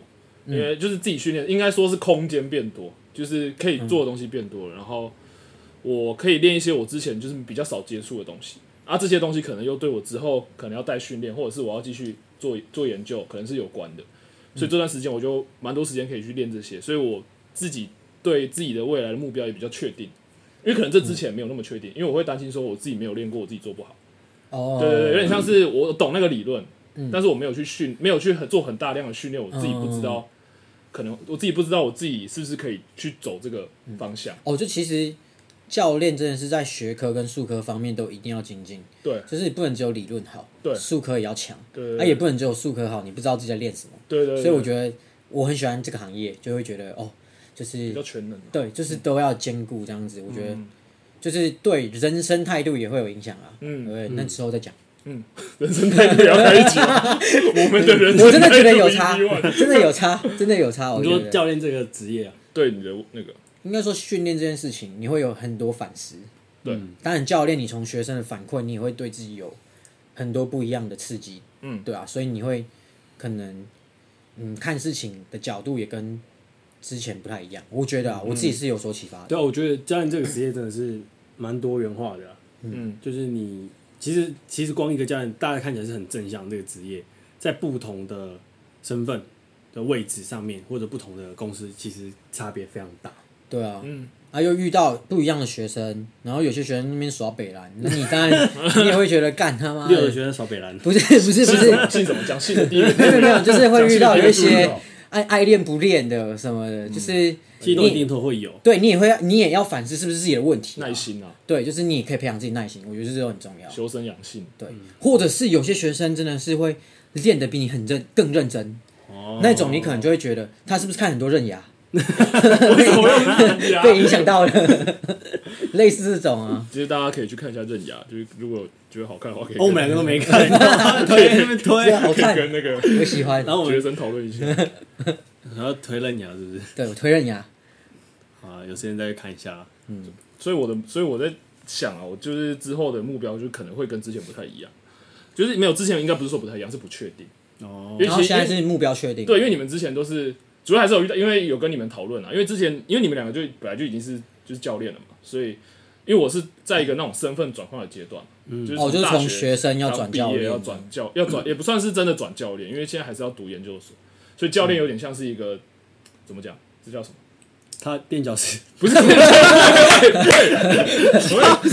[SPEAKER 3] 因为就是自己训练，应该说是空间变多，就是可以做的东西变多了，然后我可以练一些我之前就是比较少接触的东西，啊，这些东西可能又对我之后可能要带训练，或者是我要继续做做研究，可能是有关的。所以这段时间我就蛮多时间可以去练这些，所以我自己对自己的未来的目标也比较确定。因为可能这之前没有那么确定，因为我会担心说我自己没有练过，我自己做不好。
[SPEAKER 2] 哦，嗯
[SPEAKER 3] 对对对，有点像是我懂那个理论，但是我没有去训，没有去很做很大量的训练，我自己不知
[SPEAKER 2] 哦
[SPEAKER 3] 道，可能我自己不知道我自己是不是可以去走这个方向。
[SPEAKER 2] 哦，就其实教练真的是在学科跟术科方面都一定要精进，
[SPEAKER 3] 对
[SPEAKER 2] 就是不能只有理论好，
[SPEAKER 3] 对
[SPEAKER 2] 术科也要强，
[SPEAKER 3] 对对
[SPEAKER 2] 啊，也不能只有术科好，你不知道自己在练什么。
[SPEAKER 3] 对对对，
[SPEAKER 2] 所以我觉得我很喜欢这个行业，就会觉得哦，就是
[SPEAKER 3] 比较嗯全能。
[SPEAKER 2] 对，就是都要兼顾这样子。我觉得就是对人生态度也会有影响啊。
[SPEAKER 3] 嗯
[SPEAKER 2] 对不对，那之后再讲。
[SPEAKER 3] 人生态度也要开一集吗，我们 的人生
[SPEAKER 2] 我真的觉得有
[SPEAKER 3] 态
[SPEAKER 2] 差
[SPEAKER 3] 度一一万，
[SPEAKER 2] 真的有差，真的有差。我
[SPEAKER 1] 你
[SPEAKER 2] 觉
[SPEAKER 1] 说
[SPEAKER 2] 得
[SPEAKER 1] 教练这个职业啊，
[SPEAKER 3] 对你的那个
[SPEAKER 2] 应该说训练这件事情，你会有很多反思。
[SPEAKER 3] 对，
[SPEAKER 2] 当然教练你从学生的反馈，你也会对自己有很多不一样的刺激。
[SPEAKER 3] 嗯
[SPEAKER 2] 对啊，所以你会可能嗯看事情的角度也跟之前不太一样。我觉得
[SPEAKER 3] 嗯
[SPEAKER 2] 啊，我自己是有所启发的。
[SPEAKER 1] 对啊，我觉得教练这个职业真的是蛮多元化的啊、
[SPEAKER 3] 嗯，
[SPEAKER 1] 就是你其实其实光一个教练，大家看起来是很正向这个职业，在不同的身份的位置上面，或者不同的公司，其实差别非常大。
[SPEAKER 2] 对啊，
[SPEAKER 3] 嗯
[SPEAKER 2] 啊又遇到不一样的学生，然后有些学生那边耍北兰，那你当 然你也会觉得干他妈
[SPEAKER 1] 六的
[SPEAKER 2] 的，
[SPEAKER 1] 学生少北兰，
[SPEAKER 2] 不是不是不是，
[SPEAKER 3] 信什么？讲信的第一个，
[SPEAKER 2] 没有没有，就是会遇到有一些爱爱练不练的什么
[SPEAKER 3] 嗯
[SPEAKER 2] 的，就是
[SPEAKER 1] 其实都一定
[SPEAKER 2] 你
[SPEAKER 1] 都会有。
[SPEAKER 2] 对你也会，你也要反思是不是自己的问题啊、
[SPEAKER 3] 耐心啊，
[SPEAKER 2] 对，就是你也可以培养自己耐心，我觉得这都很重要。
[SPEAKER 3] 修身养 性。
[SPEAKER 2] 对，或者是有些学生真的是会练得比你很认更认真，
[SPEAKER 1] 哦
[SPEAKER 2] 那种你可能就会觉得他是不是看很多刃牙，
[SPEAKER 3] 为什么要拿人家
[SPEAKER 2] 被影响到了， 类似这种啊。
[SPEAKER 3] 其实大家可以去看一下《刃牙》，就是如果觉得好看的话，可以
[SPEAKER 2] Oh
[SPEAKER 1] 哦，我们两
[SPEAKER 3] 跟
[SPEAKER 1] 个都没 看，推那边推
[SPEAKER 2] 这，样好
[SPEAKER 3] 可以
[SPEAKER 2] 看，
[SPEAKER 3] 跟那个
[SPEAKER 2] 我喜欢。
[SPEAKER 1] 然后我
[SPEAKER 3] 学
[SPEAKER 1] 们
[SPEAKER 3] 生讨论一下。
[SPEAKER 1] 然后推了鸟是不是？
[SPEAKER 2] 对我推刃牙，
[SPEAKER 1] 啊，有时间再看一下。
[SPEAKER 3] 所以我的，所以我在想啊，我就是之后的目标，就可能会跟之前不太一样，就是没有之前应该不是说不太一样，是不确定。
[SPEAKER 1] 哦
[SPEAKER 3] 因为
[SPEAKER 2] 然后
[SPEAKER 3] 其实
[SPEAKER 2] 现在是目标确定。
[SPEAKER 3] 对，因为你们之前都是主要还是有遇到，因为有跟你们讨论啊，因为之前因为你们两个就本来就已经是就是教练了嘛，所以因为我是在一个那种身份转换的阶段嘛，就是
[SPEAKER 2] 哦，就是
[SPEAKER 3] 大
[SPEAKER 2] 从学生要
[SPEAKER 3] 然后
[SPEAKER 2] 转
[SPEAKER 3] 毕
[SPEAKER 2] 教
[SPEAKER 3] 业
[SPEAKER 2] 练
[SPEAKER 3] 要，转教要转也不算是真的转教练，因为现在还是要读研究所，所以教练有点像是一个怎么讲，这叫什么？
[SPEAKER 1] 他垫脚石，
[SPEAKER 3] 不是，对，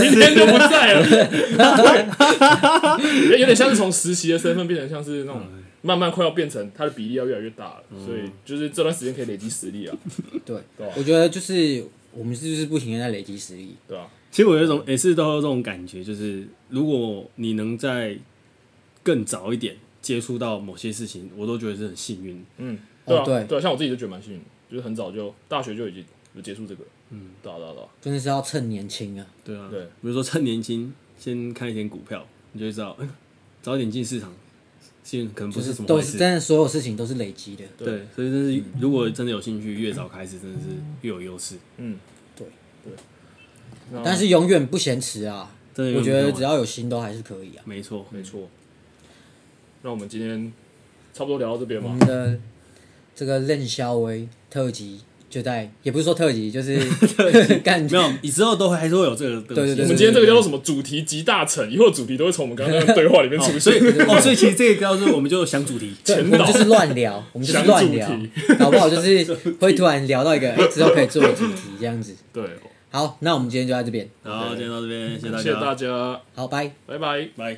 [SPEAKER 3] 明天就不在了。对， 有点像是从实习的身份变成像是那种慢慢快要变成它的比例要越来越大了，所以就是这段时间可以累积实力啊，
[SPEAKER 2] 对
[SPEAKER 3] 对啊，
[SPEAKER 2] 我觉得就是我们是就是不停的在累积实力。
[SPEAKER 3] 对吧？
[SPEAKER 1] 其实我有一种也是都有这种感觉，就是如果你能在更早一点接触到某些事情，我都觉得是很幸运。
[SPEAKER 3] 嗯，对
[SPEAKER 2] 哦
[SPEAKER 3] 啊，
[SPEAKER 2] 对
[SPEAKER 3] 对啊，像我自己就觉得蛮幸运的，就是很早就大学就已经有接触这个，嗯，对啊对啊对啊，
[SPEAKER 2] 真的是要趁年轻啊！
[SPEAKER 1] 对啊，
[SPEAKER 3] 对
[SPEAKER 1] 比如说趁年轻先看一点股票，你就会知道， 嗯早点进市场，现可能不
[SPEAKER 2] 就是是
[SPEAKER 1] 什么
[SPEAKER 2] 都
[SPEAKER 1] 坏
[SPEAKER 2] 是
[SPEAKER 1] 事。
[SPEAKER 2] 真的，所有事情都是累积的。
[SPEAKER 1] 对，所以真是如果真的有兴趣，越早开始真的是越有优势。
[SPEAKER 3] 嗯，
[SPEAKER 2] 对
[SPEAKER 3] 对，那
[SPEAKER 2] 但是永远不嫌迟啊！
[SPEAKER 1] 啊真的有
[SPEAKER 2] 我觉得
[SPEAKER 1] 用啊
[SPEAKER 2] 只要有心都还是可以啊。
[SPEAKER 1] 没错，
[SPEAKER 3] 没错，那我们今天差不多聊到这边
[SPEAKER 2] 我
[SPEAKER 3] 嘛
[SPEAKER 2] 们，的这个任肖威特辑就在，也不是说特 辑，就是 干
[SPEAKER 1] 没有，你之后都会还是会有这个东西。
[SPEAKER 2] 对对对
[SPEAKER 3] 我们今天这个叫做什么主题集大成，以后的主题都会从我们刚刚的对话里面出
[SPEAKER 1] 哦，
[SPEAKER 3] 现。
[SPEAKER 1] 所以哦，所以其实这个叫做我们就想主题，
[SPEAKER 2] 对，我
[SPEAKER 3] 前
[SPEAKER 2] 们
[SPEAKER 3] 导
[SPEAKER 2] 就是 乱聊，我们就是
[SPEAKER 3] 想
[SPEAKER 2] 乱
[SPEAKER 3] 主
[SPEAKER 2] 聊
[SPEAKER 3] 题，
[SPEAKER 2] 搞不好就是会突然聊到一个哎之后可以做的主题这样子。
[SPEAKER 3] 对，
[SPEAKER 2] 好，那我们今天就在这边，
[SPEAKER 1] 然后今天到这边，谢谢大
[SPEAKER 3] 谢谢大
[SPEAKER 1] 家，
[SPEAKER 3] 家，
[SPEAKER 2] 好，拜。
[SPEAKER 3] 拜拜。
[SPEAKER 1] 拜。